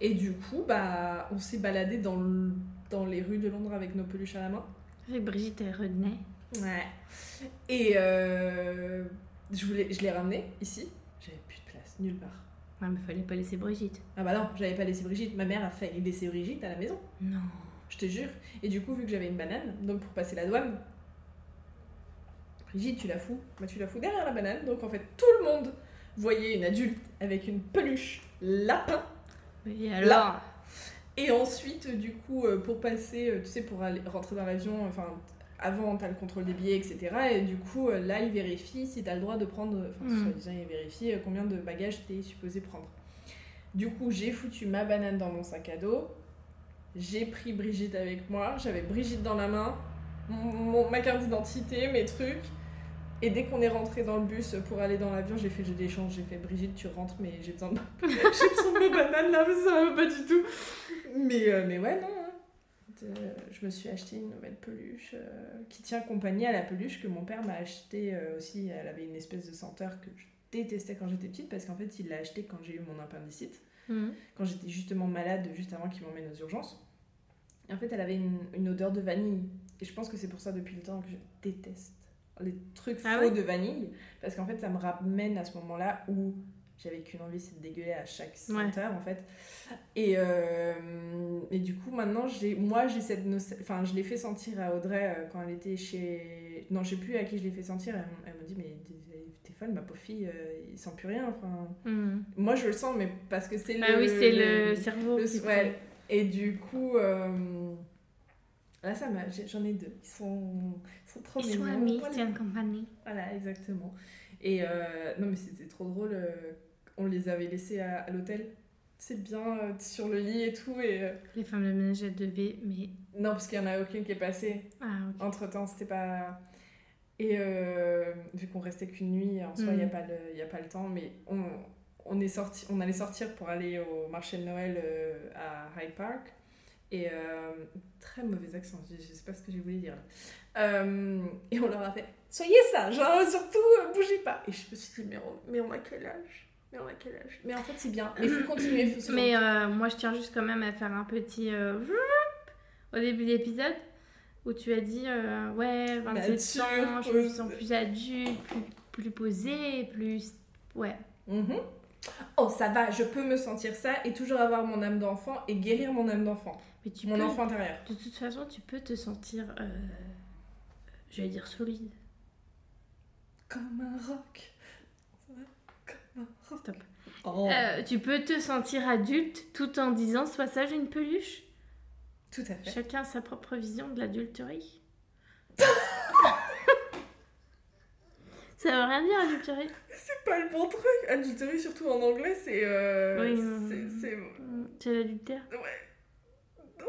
Speaker 2: Et du coup, bah, on s'est baladé dans, le- dans les rues de Londres avec nos peluches à la main.
Speaker 1: Et Brigitte et René.
Speaker 2: Ouais. Et euh, je, voulais, je l'ai ramené ici. J'avais plus de place, nulle part.
Speaker 1: Ouais, mais fallait pas laisser Brigitte.
Speaker 2: Ah bah non, j'avais pas laissé Brigitte. Ma mère a failli laisser Brigitte à la maison,
Speaker 1: Non.
Speaker 2: je te jure. Et du coup, vu que j'avais une banane, donc pour passer la douane, Brigitte, tu la fous. Bah tu la fous derrière la banane. Donc en fait, tout le monde voyait une adulte avec une peluche lapin.
Speaker 1: Et alors
Speaker 2: Et ensuite, du coup, euh, pour passer, euh, tu sais, pour aller, rentrer dans l'avion, enfin, avant, tu as le contrôle des billets, etc. Et du coup, euh, là, ils vérifient si tu as le droit de prendre. Enfin,
Speaker 1: Mm.
Speaker 2: soi-disant, ils vérifient euh, combien de bagages tu es supposé prendre. Du coup, j'ai foutu ma banane dans mon sac à dos. J'ai pris Brigitte avec moi. J'avais Brigitte dans la main, mon- mon- ma carte d'identité, mes trucs. Et dès qu'on est rentré dans le bus pour aller dans l'avion, j'ai fait jeu d'échange. J'ai fait Brigitte, tu rentres, mais j'ai besoin de ma, (laughs) j'ai besoin de ma banane là, parce que ça va pas du tout. Mais, euh, mais ouais, non. hein. Euh, je me suis acheté une nouvelle peluche euh, qui tient compagnie à la peluche que mon père m'a achetée euh, aussi. Elle avait une espèce de senteur que je détestais quand j'étais petite parce qu'en fait, il l'a achetée quand j'ai eu mon appendicite
Speaker 1: Mhm.
Speaker 2: quand j'étais justement malade, juste avant qu'il m'emmène aux urgences. Et en fait, elle avait une, une odeur de vanille. Et je pense que c'est pour ça depuis le temps que je déteste les trucs
Speaker 1: Ah
Speaker 2: faux
Speaker 1: ouais
Speaker 2: de vanille. Parce qu'en fait, ça me ramène à ce moment-là où j'avais qu'une envie, c'est de dégueuler à chaque senteur, en fait. Et, euh, et du coup, maintenant, j'ai, moi, j'ai cette noce- Enfin, je l'ai fait sentir à Audrey euh, quand elle était chez... Non, je sais plus à qui je l'ai fait sentir. Elle, m- elle m'a dit, mais t'es- t'es folle, ma pauvre fille, euh, il sent plus rien. Enfin,
Speaker 1: Mhm.
Speaker 2: moi, je le sens, mais parce que c'est le...
Speaker 1: Ah oui, c'est le, cerveau.
Speaker 2: Le-
Speaker 1: qui
Speaker 2: ouais. Et du coup, euh, là, ça m'a. j'ai- J'en ai deux. Ils sont, ils sont trop
Speaker 1: Ils sont
Speaker 2: mignons.
Speaker 1: amis,
Speaker 2: Voilà.
Speaker 1: c'est une compagnie.
Speaker 2: Voilà, exactement. Et euh, non, mais c'était trop drôle. euh, On les avait laissés à, à l'hôtel. C'est bien euh, sur le lit et tout. Et euh,
Speaker 1: Les femmes de ménage, elles devaient, mais.
Speaker 2: non, parce qu'il y en a aucune qui est passée.
Speaker 1: Ah, ok.
Speaker 2: Entre temps, c'était pas. Et euh, vu qu'on restait qu'une nuit, en soi,
Speaker 1: Mm.
Speaker 2: il n'y a, pas le- y a pas le temps, mais on, on, est sorti, on allait sortir pour aller au marché de Noël euh, à Hyde Park. Et euh, très mauvais accent, je, je sais pas ce que j'ai voulu dire. Euh, et on leur a fait Soyez sages, hein, surtout, euh, bougez pas. Et je me suis dit Mais on, mais on a quel âge Mais on a quel âge Mais en fait, c'est bien. Mais il faut continuer, faut se
Speaker 1: Mm. Mais euh, moi, je tiens juste quand même à faire un petit euh, vroup au début de l'épisode où tu as dit euh, Ouais,
Speaker 2: Bah,
Speaker 1: 27 ans, je me sens
Speaker 2: Mature,
Speaker 1: plus adulte, plus, plus posée, plus. Ouais.
Speaker 2: Mhm. Oh, ça va, je peux me sentir ça et toujours avoir mon âme d'enfant et guérir mon âme d'enfant,
Speaker 1: Mais tu
Speaker 2: mon
Speaker 1: peux.
Speaker 2: enfant intérieur.
Speaker 1: De toute façon, tu peux te sentir. euh, J'allais dire solide.
Speaker 2: Comme un roc. Comme un roc.
Speaker 1: Stop.
Speaker 2: Oh.
Speaker 1: Euh, tu peux te sentir adulte tout en disant Sois sage, une peluche.
Speaker 2: Tout à fait.
Speaker 1: Chacun a sa propre vision de
Speaker 2: (laughs)
Speaker 1: l'adulterie. Ça veut rien dire, adulterie.
Speaker 2: C'est pas le bon truc. Adulterie, surtout en anglais, c'est. euh,
Speaker 1: Oui,
Speaker 2: c'est-
Speaker 1: non.
Speaker 2: c'est
Speaker 1: C'est l'adultère
Speaker 2: ouais,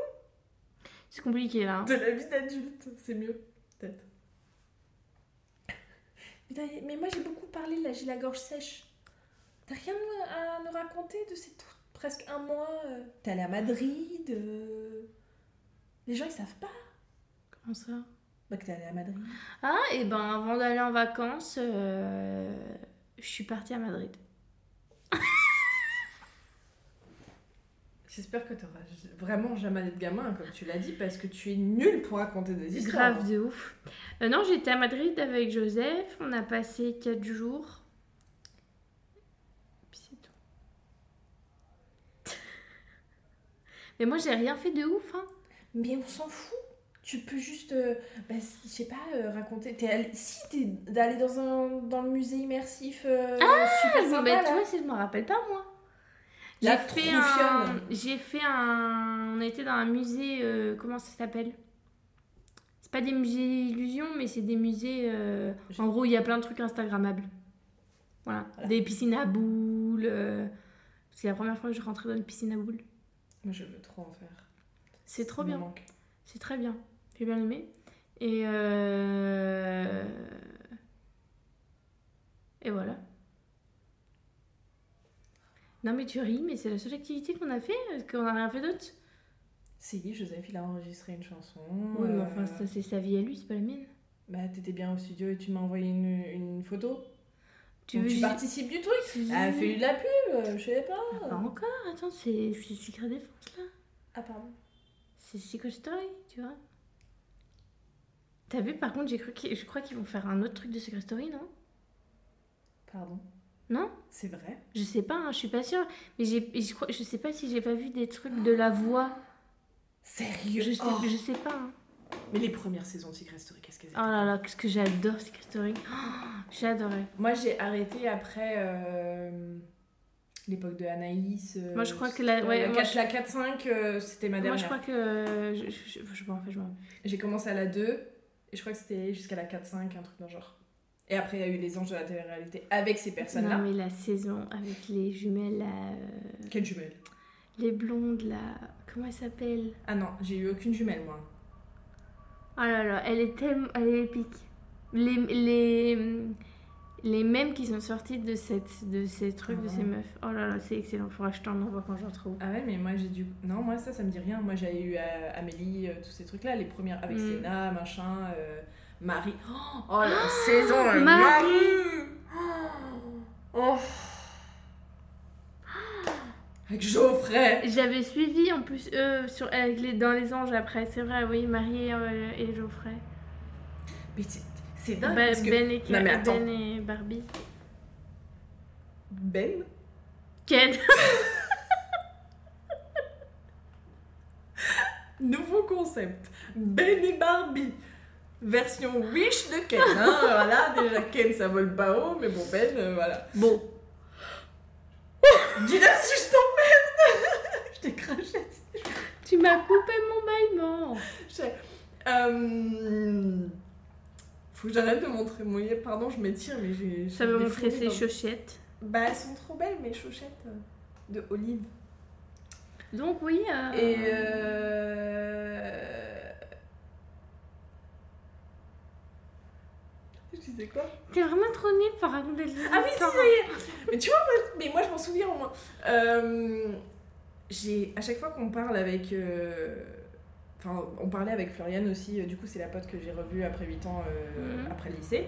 Speaker 1: C'est compliqué là. hein.
Speaker 2: de la vie d'adulte. C'est mieux, peut-être. Putain, Mais moi, j'ai beaucoup parlé, là, j'ai la gorge sèche. T'as rien à nous raconter de ces tout- presque un mois euh, T'es allée à Madrid euh, Les gens, ils savent pas.
Speaker 1: Comment ça
Speaker 2: Bah que t'es allée à Madrid.
Speaker 1: Ah, et ben avant d'aller en vacances, euh, je suis partie à Madrid.
Speaker 2: J'espère que t'auras vraiment jamais de gamin, comme tu l'as dit, parce que tu es nulle pour raconter des histoires.
Speaker 1: Grave de ouf. Euh, non, j'étais à Madrid avec Joseph. On a passé 4 jours. Puis c'est tout. (laughs) Mais moi, j'ai rien fait de ouf. Hein.
Speaker 2: Mais on s'en fout. Tu peux juste, euh, bah, si- je sais pas, euh, raconter. T'es allée- Si t'es d'aller dans un dans le musée immersif euh, super
Speaker 1: Ah,
Speaker 2: sympa
Speaker 1: ben, tu
Speaker 2: là.
Speaker 1: vois, c'est- je me rappelle pas moi.
Speaker 2: La
Speaker 1: J'ai fait un.
Speaker 2: troufionne.
Speaker 1: J'ai fait un. On était dans un musée. euh, comment ça s'appelle C'est pas des musées d'illusions, mais c'est des musées. euh,
Speaker 2: J'ai-
Speaker 1: En gros, il y a plein de trucs Instagrammables. Voilà.
Speaker 2: Voilà.
Speaker 1: Des piscines à boules. euh, C'est la première fois que je rentrais dans une piscine à boules.
Speaker 2: Moi je veux trop en faire.
Speaker 1: C'est trop
Speaker 2: Il me
Speaker 1: bien.
Speaker 2: manque.
Speaker 1: C'est très bien. J'ai bien aimé. Et. euh, Et voilà. Non mais tu ris, mais c'est la seule activité qu'on a fait, parce qu'on n'a rien fait d'autre.
Speaker 2: Si, Joseph il a enregistré une chanson.
Speaker 1: Oui, mais
Speaker 2: euh,
Speaker 1: enfin, ça c'est sa vie à lui, c'est pas la mienne.
Speaker 2: Bah t'étais bien au studio et tu m'as envoyé une, une photo.
Speaker 1: Tu
Speaker 2: Donc,
Speaker 1: veux
Speaker 2: tu
Speaker 1: que
Speaker 2: participes du truc.
Speaker 1: je- je-
Speaker 2: Ah, fais-lui de la pub, euh, je sais pas.
Speaker 1: Pas encore, attends, c'est c'est Secret Défense là.
Speaker 2: Ah pardon.
Speaker 1: C'est Secret Story, tu vois. T'as vu par contre, j'ai cru qu'ils- je crois qu'ils vont faire un autre truc de Secret Story, non
Speaker 2: Ah, Pardon.
Speaker 1: Non
Speaker 2: C'est vrai.
Speaker 1: Je sais pas, hein, je suis pas sûre. Mais j'ai, je, crois, je sais pas si j'ai pas vu des trucs de la voix.
Speaker 2: Sérieux.
Speaker 1: Je sais,
Speaker 2: Oh.
Speaker 1: je sais pas. hein.
Speaker 2: Mais les premières saisons de Secret Story, qu'est-ce qu'elles
Speaker 1: Oh là là, qu'est-ce que j'adore Secret Story. Oh, j'adorais.
Speaker 2: Moi, j'ai arrêté après euh, l'époque de Anaïs. euh,
Speaker 1: Moi, je crois que la-
Speaker 2: euh,
Speaker 1: ouais,
Speaker 2: la
Speaker 1: moi,
Speaker 2: 4, la 4, 5, euh, c'était ma
Speaker 1: Moi
Speaker 2: dernière.
Speaker 1: je crois que. euh, Je, je, je- je- bon, en fait, je m'en-
Speaker 2: J'ai commencé à la 2 Et je crois que c'était jusqu'à la 4-5, un truc dans le genre. Et après, il y a eu Les Anges de la télé-réalité avec ces personnes-là.
Speaker 1: Non, mais la saison avec les jumelles, là, euh,
Speaker 2: Quelle jumelle
Speaker 1: les blondes, là. Comment elle s'appelle
Speaker 2: Ah non, j'ai eu aucune jumelle, moi.
Speaker 1: Oh là là, elle est tellement. Elle est épique. Les, les, les mêmes qui sont sortis de, cette, de ces trucs, de
Speaker 2: Ah.
Speaker 1: ces meufs. Oh là là, c'est excellent. Faudra que je t'en envoie quand j'en trouve.
Speaker 2: Ah ouais, mais moi j'ai dû. Non, moi ça, ça me dit rien. Moi j'avais eu euh, Amélie, euh, tous ces trucs-là, les premières avec
Speaker 1: Mm.
Speaker 2: Sénat, machin, euh, Marie. Oh, oh, la saison euh,
Speaker 1: Marie
Speaker 2: Oh. Oh. Avec Geoffrey
Speaker 1: J'avais suivi en plus eux sur, avec les, dans Les Anges après, c'est vrai, oui, Marie et, euh, et Geoffrey.
Speaker 2: Mais c'est- c'est
Speaker 1: Ben,
Speaker 2: dingue parce que. Ben,
Speaker 1: ben, et,
Speaker 2: Non, mais attends.
Speaker 1: ben et Barbie.
Speaker 2: Ben,
Speaker 1: Ken
Speaker 2: Nouveau concept Ben et Barbie Version Wish de Ken. hein, (laughs) voilà, déjà Ken ça vole pas haut, mais bon, Ben, euh, voilà.
Speaker 1: Bon.
Speaker 2: Dis-le si je t'emmerde (laughs) Je t'ai craché.
Speaker 1: Tu m'as coupé mon bâillement.
Speaker 2: J'ai- Euh, Faut que j'arrête de montrer mon yeux. Pardon, je m'étire, mais j'ai.
Speaker 1: Ça
Speaker 2: j'ai
Speaker 1: va
Speaker 2: des
Speaker 1: montrer
Speaker 2: fourmis
Speaker 1: ses
Speaker 2: dans-
Speaker 1: chaussettes.
Speaker 2: Bah, elles sont trop belles, mes chaussettes euh, de olive.
Speaker 1: Donc oui. euh,
Speaker 2: Et. Euh... Je disais quoi
Speaker 1: T'es vraiment trop nul pour raconter les
Speaker 2: Ah oui, si, ça
Speaker 1: histoires.
Speaker 2: y est Mais tu vois, moi, mais moi je m'en souviens au moins. Euh, j'ai, à chaque fois qu'on parle avec. euh, Enfin, on parlait avec Floriane aussi, euh, du coup, c'est la pote que j'ai revue après 8 ans, euh,
Speaker 1: Mhm.
Speaker 2: après le lycée.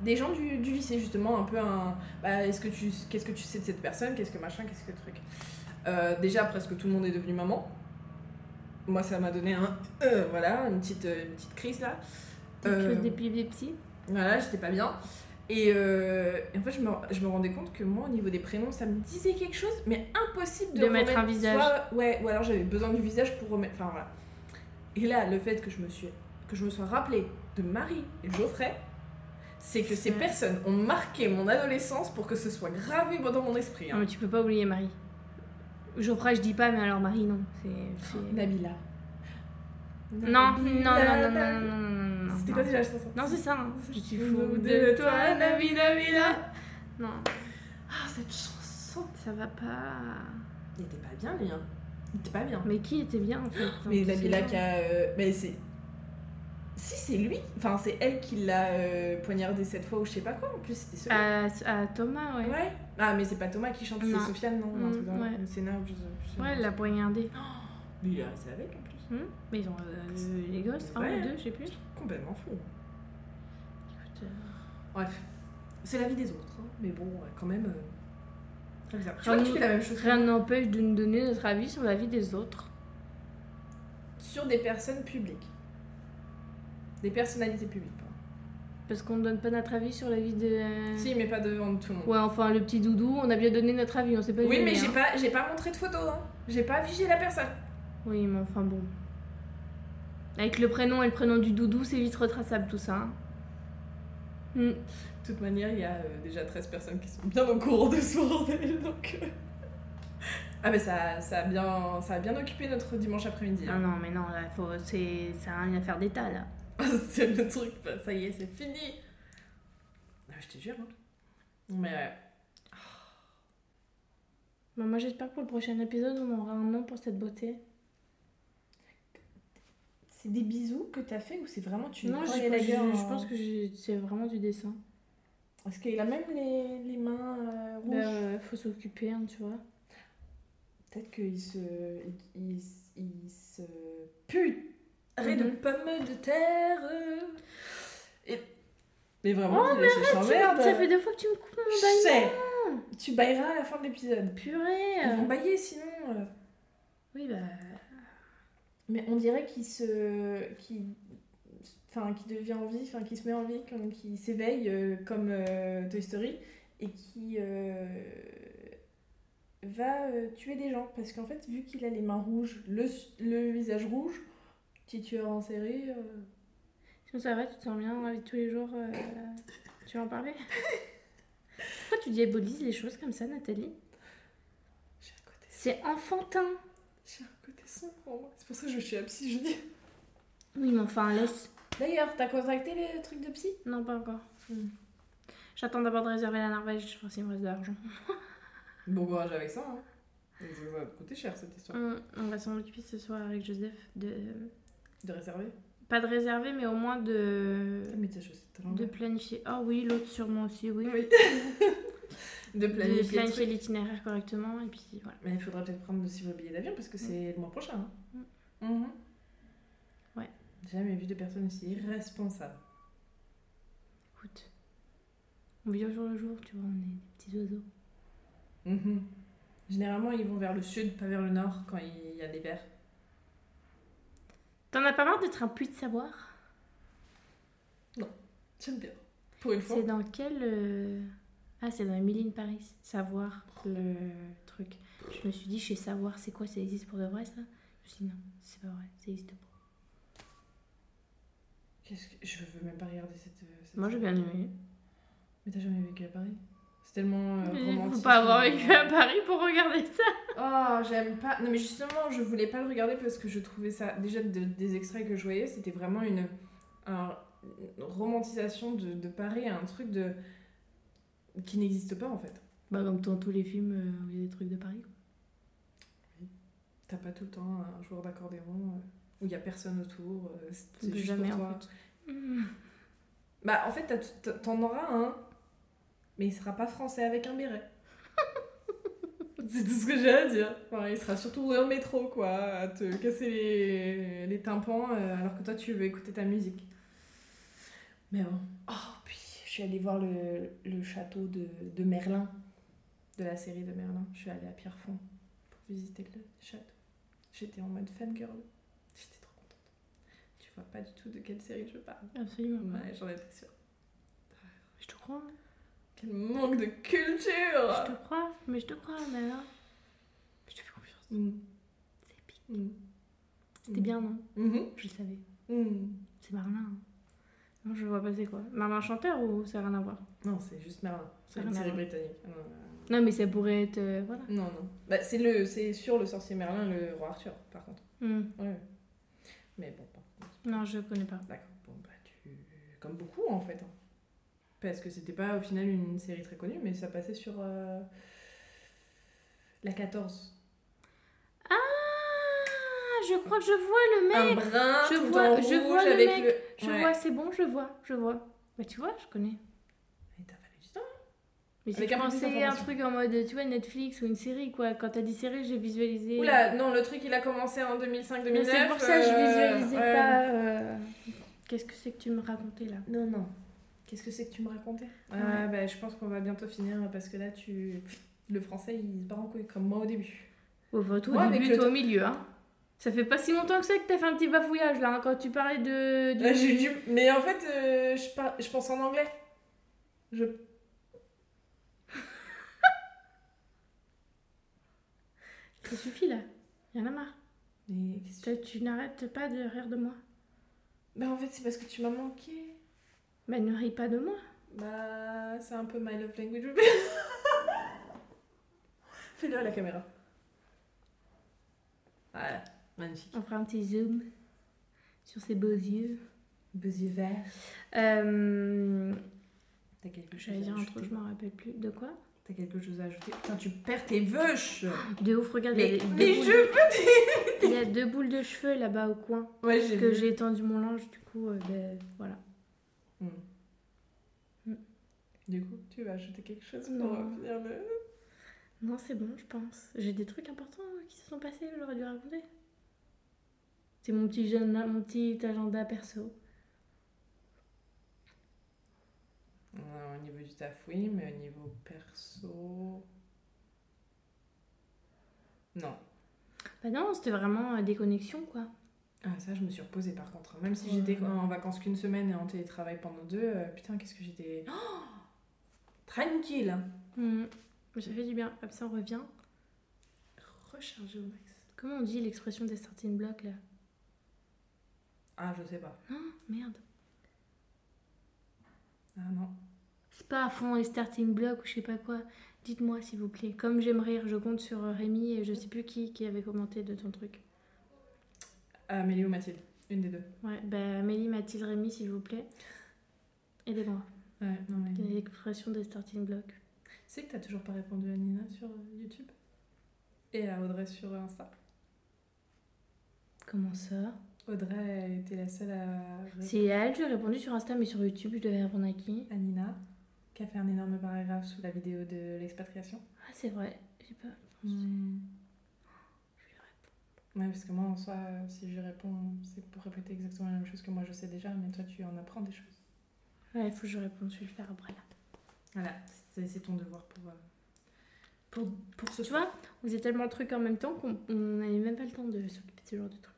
Speaker 2: Des gens du, du lycée, justement, un peu un. Bah, est-ce que tu, qu'est-ce que tu sais de cette personne Qu'est-ce que machin Qu'est-ce que truc Euh, Déjà, presque tout le monde est devenu maman. Moi, ça m'a donné un. euh, voilà, une petite, euh, une petite crise là.
Speaker 1: Des
Speaker 2: Euh,
Speaker 1: crises d'épilepsie.
Speaker 2: voilà, j'étais pas bien. Et, euh, et en fait, je me, je me rendais compte que moi, au niveau des prénoms, ça me disait quelque chose, mais impossible de,
Speaker 1: De mettre
Speaker 2: remettre-
Speaker 1: un visage.
Speaker 2: soit- ouais, ou alors j'avais besoin du visage pour remettre. Enfin voilà. Et là, le fait que je me suis, que je me sois rappelée de Marie et Geoffrey, c'est que ces
Speaker 1: Ouais.
Speaker 2: personnes ont marqué mon adolescence pour que ce soit gravé dans mon esprit.
Speaker 1: Non
Speaker 2: hein.
Speaker 1: mais tu peux pas oublier Marie. Geoffroy je dis pas mais alors Marie non. C'est- c'est-
Speaker 2: Nabila.
Speaker 1: Non, non, non, non, non, non, non, non, non.
Speaker 2: C'était
Speaker 1: non.
Speaker 2: quoi déjà la chanson
Speaker 1: Non c'est ça. hein. Je suis fou
Speaker 2: Fou
Speaker 1: de toi Navi
Speaker 2: Nabila.
Speaker 1: Non,
Speaker 2: Ah, cette chanson.
Speaker 1: ça va pas.
Speaker 2: Il était pas bien, lui. Hein. Il était pas bien.
Speaker 1: Mais qui était bien en fait dans
Speaker 2: Mais
Speaker 1: tous ces
Speaker 2: Nabila
Speaker 1: gens
Speaker 2: qui a. euh, mais c'est. Si, c'est lui. Enfin, c'est elle qui l'a euh, poignardé cette fois ou je sais pas quoi. En plus, c'était celui
Speaker 1: à, à Thomas ouais.
Speaker 2: Ouais. Ah, mais c'est pas Thomas qui chante,
Speaker 1: Non.
Speaker 2: c'est Sofiane, non
Speaker 1: Mm,
Speaker 2: Un truc dans
Speaker 1: ouais.
Speaker 2: le scénar, je sais- je sais-
Speaker 1: Ouais, elle l'a poignardé.
Speaker 2: Mais il est resté avec en plus.
Speaker 1: Hum, Mais ils ont euh, les gosses, un
Speaker 2: Ouais.
Speaker 1: ou deux, je sais plus.
Speaker 2: Complètement fou.
Speaker 1: Écoute,
Speaker 2: euh. Bref. C'est la vie des autres. hein. Mais bon, ouais, quand même. euh, Très bizarre. Tu vois,
Speaker 1: Rien
Speaker 2: tu fais la même chose.
Speaker 1: euh, Rien n'empêche de nous donner notre avis sur la vie des autres.
Speaker 2: Sur des personnes publiques. Des personnalités publiques, pardon.
Speaker 1: Parce qu'on ne donne pas notre avis sur la vie de.
Speaker 2: Si, mais pas devant tout le monde.
Speaker 1: Mm. Ouais, enfin, le petit doudou, on a bien donné notre avis, on s'est pas
Speaker 2: Oui,
Speaker 1: gêné,
Speaker 2: mais j'ai
Speaker 1: hein.
Speaker 2: pas, j'ai pas montré de photo. Hein. J'ai pas affiché la personne.
Speaker 1: Oui, mais enfin bon. Avec le prénom et le prénom du doudou, c'est vite retraçable tout ça. hein. Hum,
Speaker 2: De toute manière, il y a euh, déjà 13 personnes qui sont bien au courant de ce bordel, donc... euh. Ah mais ça, ça, a bien, ça a bien occupé notre dimanche après-midi.
Speaker 1: Ah
Speaker 2: hein.
Speaker 1: non, mais non, là, faut... c'est c'est une affaire d'état là.
Speaker 2: (laughs) c'est le truc, bah, ça y est, c'est fini ah, Je te jure. hein. Non, Mais ouais.
Speaker 1: Bon, moi, j'espère que pour le prochain épisode, on aura un nom pour cette beauté.
Speaker 2: C'est des bisous que t'as fait ou c'est vraiment tu
Speaker 1: non, je, je- je pense que j'ai- c'est vraiment du dessin.
Speaker 2: Parce qu'il a même les, les mains euh, rouges.
Speaker 1: Bah, euh, faut s'occuper, hein, tu vois.
Speaker 2: Peut-être qu'il se... Il, se- il se... Pute de
Speaker 1: Mhm.
Speaker 2: pommes de terre Et... Mais vraiment,
Speaker 1: Oh,
Speaker 2: je- je
Speaker 1: Tu-
Speaker 2: t'emmerde.
Speaker 1: Ça fait deux fois que tu me coupes mon
Speaker 2: Je
Speaker 1: bail.
Speaker 2: sais. Tu bailleras à la fin de l'épisode.
Speaker 1: Purée.
Speaker 2: Ils
Speaker 1: euh.
Speaker 2: vont bailler sinon. euh.
Speaker 1: Oui, bah.
Speaker 2: Mais on dirait qu'il se. qu'il- Enfin, qui devient en vie, enfin, qui se met en vie, comme qui s'éveille euh, comme euh, Toy Story et qui euh, va euh, tuer des gens. Parce qu'en fait, vu qu'il a les mains rouges, le, le visage rouge, petit tueur en série. euh,
Speaker 1: Sinon, ça va, tu te sens bien dans la vie de tous les jours. euh, Tu veux en (laughs) parler Pourquoi tu diabolises les choses comme ça, Nathalie
Speaker 2: J'ai un côté,
Speaker 1: C'est enfantin.
Speaker 2: j'ai un côté sombre en moi. C'est pour ça que je suis à psy jeudi.
Speaker 1: Oui, mais enfin, laisse.
Speaker 2: D'ailleurs, t'as contacté les trucs de psy
Speaker 1: Non, pas encore.
Speaker 2: Hmm.
Speaker 1: J'attends d'abord de réserver la Norvège, je pense qu'il me reste de l'argent.
Speaker 2: Bon courage avec ça. Hein. Ça va coûter cher cette histoire.
Speaker 1: On, on va s'en occuper ce soir avec Joseph. De...
Speaker 2: De réserver
Speaker 1: Pas de réserver, mais au moins de,
Speaker 2: Putain, mais t'as choisi ta langue.
Speaker 1: de planifier. Ah oui, l'autre sûrement aussi, oui.
Speaker 2: Oui. De
Speaker 1: De
Speaker 2: planifier. le
Speaker 1: planifier
Speaker 2: truc.
Speaker 1: l'itinéraire correctement, et puis voilà.
Speaker 2: Mais il faudra peut-être prendre aussi vos billets d'avion parce que c'est le mois prochain. hein. Mhm.
Speaker 1: Mm. Ouais.
Speaker 2: J'ai jamais vu de personne aussi irresponsable.
Speaker 1: Écoute, on vit au jour le jour, tu vois, on est des petits oiseaux.
Speaker 2: Mhm. Généralement, ils vont vers le sud, pas vers le nord quand il y a l'hiver.
Speaker 1: T'en as pas marre d'être un puits de savoir
Speaker 2: J'aime bien. Pour une fois.
Speaker 1: C'est dans quel. euh, Ah, c'est dans Emily in Paris. Savoir, le truc. Je me suis dit, chez Savoir, c'est quoi Ça existe pour de vrai, ça Je me suis dit, non, c'est pas vrai, ça existe pas.
Speaker 2: Qu'est-ce que... Je veux même pas regarder cette. euh, cette
Speaker 1: Moi, j'ai bien aimé.
Speaker 2: Mais t'as jamais vécu à Paris C'est tellement. euh,
Speaker 1: Il faut
Speaker 2: romantique.
Speaker 1: pas avoir vécu à Paris pour regarder ça.
Speaker 2: Oh, j'aime pas. Non, mais justement, je voulais pas le regarder parce que je trouvais ça. Déjà, de- des extraits que je voyais, c'était vraiment une, un- une romantisation de, de Paris, un truc de. qui n'existe pas en fait.
Speaker 1: Bah, comme dans tous les films euh, où il y a des trucs de Paris. quoi.
Speaker 2: T'as pas tout le temps un joueur d'accordéon euh, où il y a personne autour, euh, c'est- c'est
Speaker 1: Plus
Speaker 2: juste
Speaker 1: jamais,
Speaker 2: pour
Speaker 1: en
Speaker 2: toi.
Speaker 1: fait. Mmh.
Speaker 2: Bah, en fait, t'as tout- t'en- t'en auras un, mais il sera pas français avec un (laughs) béret. C'est tout ce que j'ai à dire. Enfin, il sera surtout dans le métro, quoi, à te casser les, les tympans, euh, alors que toi, tu veux écouter ta musique. Mais bon. Oh, puis, je suis allée voir le, le château de, de Merlin, de la série de Merlin. Je suis allée à Pierrefonds pour visiter le château. J'étais en mode fangirl. J'étais trop contente. Tu vois pas du tout de quelle série je parle.
Speaker 1: Absolument.
Speaker 2: Ouais, j'en étais sûre.
Speaker 1: Je te crois. hein.
Speaker 2: Quel manque de culture
Speaker 1: Je te crois, mais je te crois, mais alors. Je te fais confiance.
Speaker 2: Mm,
Speaker 1: C'est épique. C'était bien, non
Speaker 2: Mhm.
Speaker 1: Je le savais.
Speaker 2: Mm.
Speaker 1: C'est Marlin. hein. Non, je vois pas c'est quoi. Marlin chanteur ou ça n'a rien à voir
Speaker 2: Non, c'est juste Merlin. C'est
Speaker 1: Ah,
Speaker 2: une série
Speaker 1: Merlin.
Speaker 2: britannique. Ah, Non, non,
Speaker 1: Non, mais ça pourrait être. euh, voilà.
Speaker 2: non. non, non. Bah, c'est, le, c'est sur le sorcier Merlin, le roi Arthur, par contre.
Speaker 1: Hmm.
Speaker 2: Ouais, ouais. Mais bon, par contre.
Speaker 1: Non, je connais pas.
Speaker 2: D'accord. Bon, bah, tu. Comme beaucoup, en fait. hein. Parce que c'était pas, au final, une série très connue, mais ça passait sur. euh, La 14.
Speaker 1: Ah Je crois que je vois le
Speaker 2: Un
Speaker 1: mec
Speaker 2: brin,
Speaker 1: je
Speaker 2: tout
Speaker 1: vois-
Speaker 2: en rouge,
Speaker 1: je vois le
Speaker 2: avec
Speaker 1: mec.
Speaker 2: le.
Speaker 1: Je
Speaker 2: Ouais.
Speaker 1: vois, c'est bon, je vois, je vois. Bah, tu vois, je connais.
Speaker 2: Mais t'as fallu du temps.
Speaker 1: Mais si
Speaker 2: Avec
Speaker 1: tu
Speaker 2: un peu plus
Speaker 1: pensais un
Speaker 2: d'informations.
Speaker 1: truc en mode, tu vois, Netflix ou une série, quoi. Quand t'as dit série, j'ai visualisé.
Speaker 2: Oula, non, le truc il a commencé en 2005-2009.
Speaker 1: Mais c'est pour ça que je
Speaker 2: euh,
Speaker 1: visualisais
Speaker 2: ouais.
Speaker 1: pas. euh, Qu'est-ce que c'est que tu me racontais là
Speaker 2: Non, non. Qu'est-ce que c'est que tu me racontais Ah,
Speaker 1: Ouais.
Speaker 2: bah, Je pense qu'on va bientôt finir parce que là, tu. Le français il se barre en couille comme moi au début.
Speaker 1: Au retour
Speaker 2: Moi,
Speaker 1: au
Speaker 2: avec
Speaker 1: début,
Speaker 2: le
Speaker 1: toi au milieu, hein. Ça fait pas si longtemps que ça que t'as fait un petit bafouillage là, hein, quand tu parlais de. du-
Speaker 2: Là, Ah, j'ai dû. Mais en fait, euh, je, par- je pense en anglais. Je.
Speaker 1: Ça suffit là. Y'en a marre.
Speaker 2: Mais qu'est-ce que tu-
Speaker 1: Toi, Tu n'arrêtes pas de rire de moi.
Speaker 2: Bah, en fait, c'est parce que tu m'as manqué.
Speaker 1: Bah, ne ris pas de moi.
Speaker 2: Bah, c'est un peu my love language. (laughs) Fais-le à la caméra. Voilà, magnifique.
Speaker 1: On fera un petit zoom sur ses beaux yeux.
Speaker 2: Buzz vert.
Speaker 1: Euh,
Speaker 2: T'as quelque chose
Speaker 1: J'allais
Speaker 2: à
Speaker 1: dire un
Speaker 2: ajouter
Speaker 1: truc, je m'en rappelle plus. De quoi
Speaker 2: T'as quelque chose à ajouter Putain, tu perds tes veuches
Speaker 1: De ouf, regarde, il y a Ah, des-
Speaker 2: mais
Speaker 1: deux boules
Speaker 2: je...
Speaker 1: de- il y a deux boules de cheveux là-bas au coin.
Speaker 2: Ouais, j'ai
Speaker 1: que
Speaker 2: vu.
Speaker 1: j'ai étendu mon linge, du coup, euh, ben, voilà.
Speaker 2: Du coup, tu vas ajouter quelque chose pour
Speaker 1: Non.
Speaker 2: euh, finir le...
Speaker 1: Non, c'est bon, je pense. J'ai des trucs importants euh, qui se sont passés, j'aurais dû raconter. C'est mon petit, jeune, mon petit agenda perso.
Speaker 2: Non, Au niveau du taf, oui, mais au niveau perso... Non.
Speaker 1: Bah non, c'était vraiment euh, des connexions, quoi.
Speaker 2: Ah, ça, je me suis reposée par contre. hein. Même si
Speaker 1: Ouais.
Speaker 2: j'étais en vacances qu'une semaine et en télétravail pendant deux, euh, putain, qu'est-ce que j'étais... (gasps) Oh Tranquille
Speaker 1: Mhm. Mais Ça fait du bien, comme ça on revient.
Speaker 2: Rechargé au max.
Speaker 1: Comment on dit l'expression des starting blocks, là
Speaker 2: Ah, je sais pas.
Speaker 1: Ah, merde.
Speaker 2: Ah non.
Speaker 1: C'est pas à fond les starting blocks ou je sais pas quoi. Dites-moi s'il vous plaît. Comme j'aime rire, je compte sur euh, Rémi et je sais plus qui qui avait commenté de ton truc.
Speaker 2: Amélie ou Ah, Mathilde. Une des deux.
Speaker 1: Ouais, bah Amélie, Mathilde, Rémi, s'il vous plaît. Aidez-moi.
Speaker 2: Ouais, non mais.
Speaker 1: Il y a L'expression des starting blocks.
Speaker 2: C'est que t'as toujours pas répondu à Nina sur euh, YouTube Et à Audrey sur euh, Insta.
Speaker 1: Comment ça
Speaker 2: Audrey, elle était la seule à. répondre
Speaker 1: C'est à elle, j'ai répondu sur Insta, mais sur YouTube, je devais répondre à qui
Speaker 2: À Nina, qui a fait un énorme paragraphe sous la vidéo de l'expatriation.
Speaker 1: Ah, c'est vrai. J'ai pas.
Speaker 2: Hmm.
Speaker 1: Je lui
Speaker 2: Ouais, parce que moi, en soi, euh, si je réponds, c'est pour répéter exactement la même chose que moi je sais déjà, mais toi, tu en apprends des choses.
Speaker 1: Ouais, il faut que je réponde, je vais le faire après là.
Speaker 2: Voilà, c'est c'est ton devoir pour, euh, pour, pour ce
Speaker 1: Tu vois, on faisait tellement de trucs en même temps qu'on on n'avait même pas le temps de s'occuper de ce genre de trucs.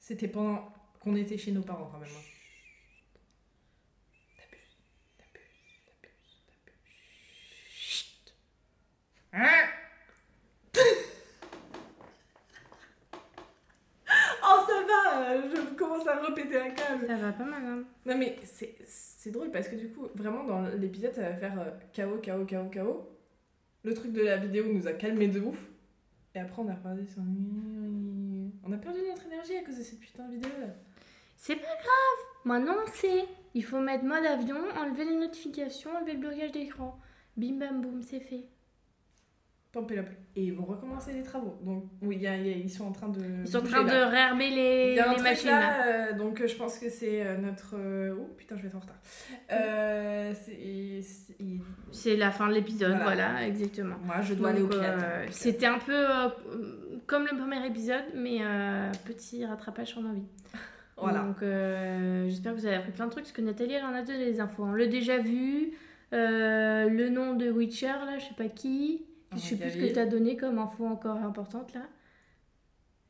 Speaker 2: C'était pendant qu'on était chez nos parents, quand même. hein. T'abuses, t'abuses, t'abuses, t'abuses. Chut. Hein Oh, ça va euh, Je commence à répéter un câble
Speaker 1: Ça va pas mal, hein
Speaker 2: Non mais c'est- c'est drôle parce que du coup, vraiment dans l'épisode, ça va faire euh, KO, KO, KO, KO. Le truc de la vidéo nous a calmé de ouf. Et après, on a perdu son... On a perdu notre énergie à cause de cette putain de vidéo là.
Speaker 1: C'est pas grave Maintenant, on sait. Il faut mettre mode avion, enlever les notifications, enlever le blocage d'écran. Bim bam boum, c'est fait.
Speaker 2: Pampelop. Et ils vont recommencer les travaux. Donc oui, il y a- il y a- ils sont en train de...
Speaker 1: Ils sont en
Speaker 2: bouger,
Speaker 1: train de
Speaker 2: là.
Speaker 1: réarmer
Speaker 2: Il
Speaker 1: les,
Speaker 2: y a un
Speaker 1: les
Speaker 2: truc
Speaker 1: machines là.
Speaker 2: là, euh, donc euh, je pense que c'est euh, notre... euh, Oh putain, je vais être en retard. Euh, c'est- c'est- il-
Speaker 1: C'est la fin de l'épisode,
Speaker 2: Voilà.
Speaker 1: voilà. exactement.
Speaker 2: Moi, je dois aller au
Speaker 1: Donc,
Speaker 2: Pilates.
Speaker 1: euh,
Speaker 2: Donc, euh,
Speaker 1: C'était un peu euh, comme le premier épisode, mais euh, petit rattrapage en envie.
Speaker 2: Voilà.
Speaker 1: Donc euh, j'espère que vous avez appris plein de trucs, parce que Nathalie, elle en a donné des infos. hein. Le déjà vu, euh, le nom de Witcher, là, je sais pas qui.
Speaker 2: Ah,
Speaker 1: je sais plus ce
Speaker 2: Gavi.
Speaker 1: que t'as donné comme info encore importante, là.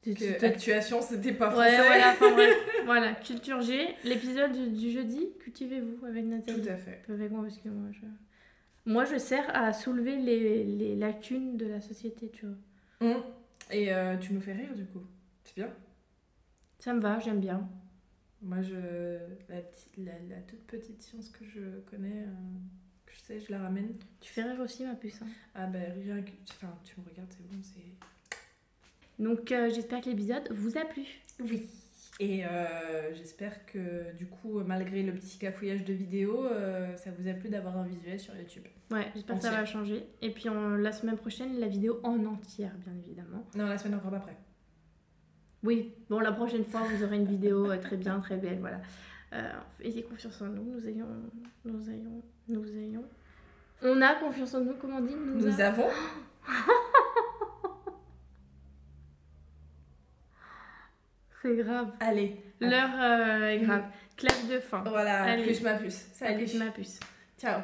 Speaker 1: Tu- tu-
Speaker 2: que
Speaker 1: t'as-
Speaker 2: actuation, c'était pas
Speaker 1: Ouais,
Speaker 2: français.
Speaker 1: voilà, enfin,
Speaker 2: (laughs)
Speaker 1: bref. voilà, culture G, l'épisode du, du jeudi, cultivez-vous avec Nathalie.
Speaker 2: Tout à fait.
Speaker 1: Pas avec moi, parce que moi, je... Moi, je sers à soulever les, les lacunes de la société, tu vois.
Speaker 2: Hum. Et euh, tu nous fais rire du coup. C'est bien.
Speaker 1: Ça me va, j'aime bien.
Speaker 2: Moi, je la, petite- la, la toute petite science que je connais, euh, que je sais, je la ramène.
Speaker 1: Tu fais rire aussi, ma puce. hein.
Speaker 2: Ah ben rien que... Enfin, tu me regardes, c'est bon, c'est...
Speaker 1: Donc, euh, j'espère que l'épisode vous a plu.
Speaker 2: Oui. Et euh, j'espère que du coup, malgré le petit cafouillage de vidéo, euh, ça vous a plu d'avoir un visuel sur YouTube.
Speaker 1: Ouais, j'espère que ça
Speaker 2: On
Speaker 1: va changer. Et puis, on, la semaine prochaine, la vidéo en entière, bien évidemment.
Speaker 2: Non, la semaine encore d'après.
Speaker 1: Oui, bon, la prochaine fois, vous aurez une vidéo euh, très bien, très belle, voilà. Euh, ayez confiance en nous, nous ayons... Nous ayons... Nous ayons... On a confiance en nous, comment on dit
Speaker 2: Nous,
Speaker 1: a-
Speaker 2: avons...
Speaker 1: C'est grave.
Speaker 2: Allez.
Speaker 1: L'heure euh, est grave. Clap de fin.
Speaker 2: Voilà,
Speaker 1: Allez.
Speaker 2: plus ma puce. Mmh. Salut.
Speaker 1: Salut ma puce.
Speaker 2: Ciao.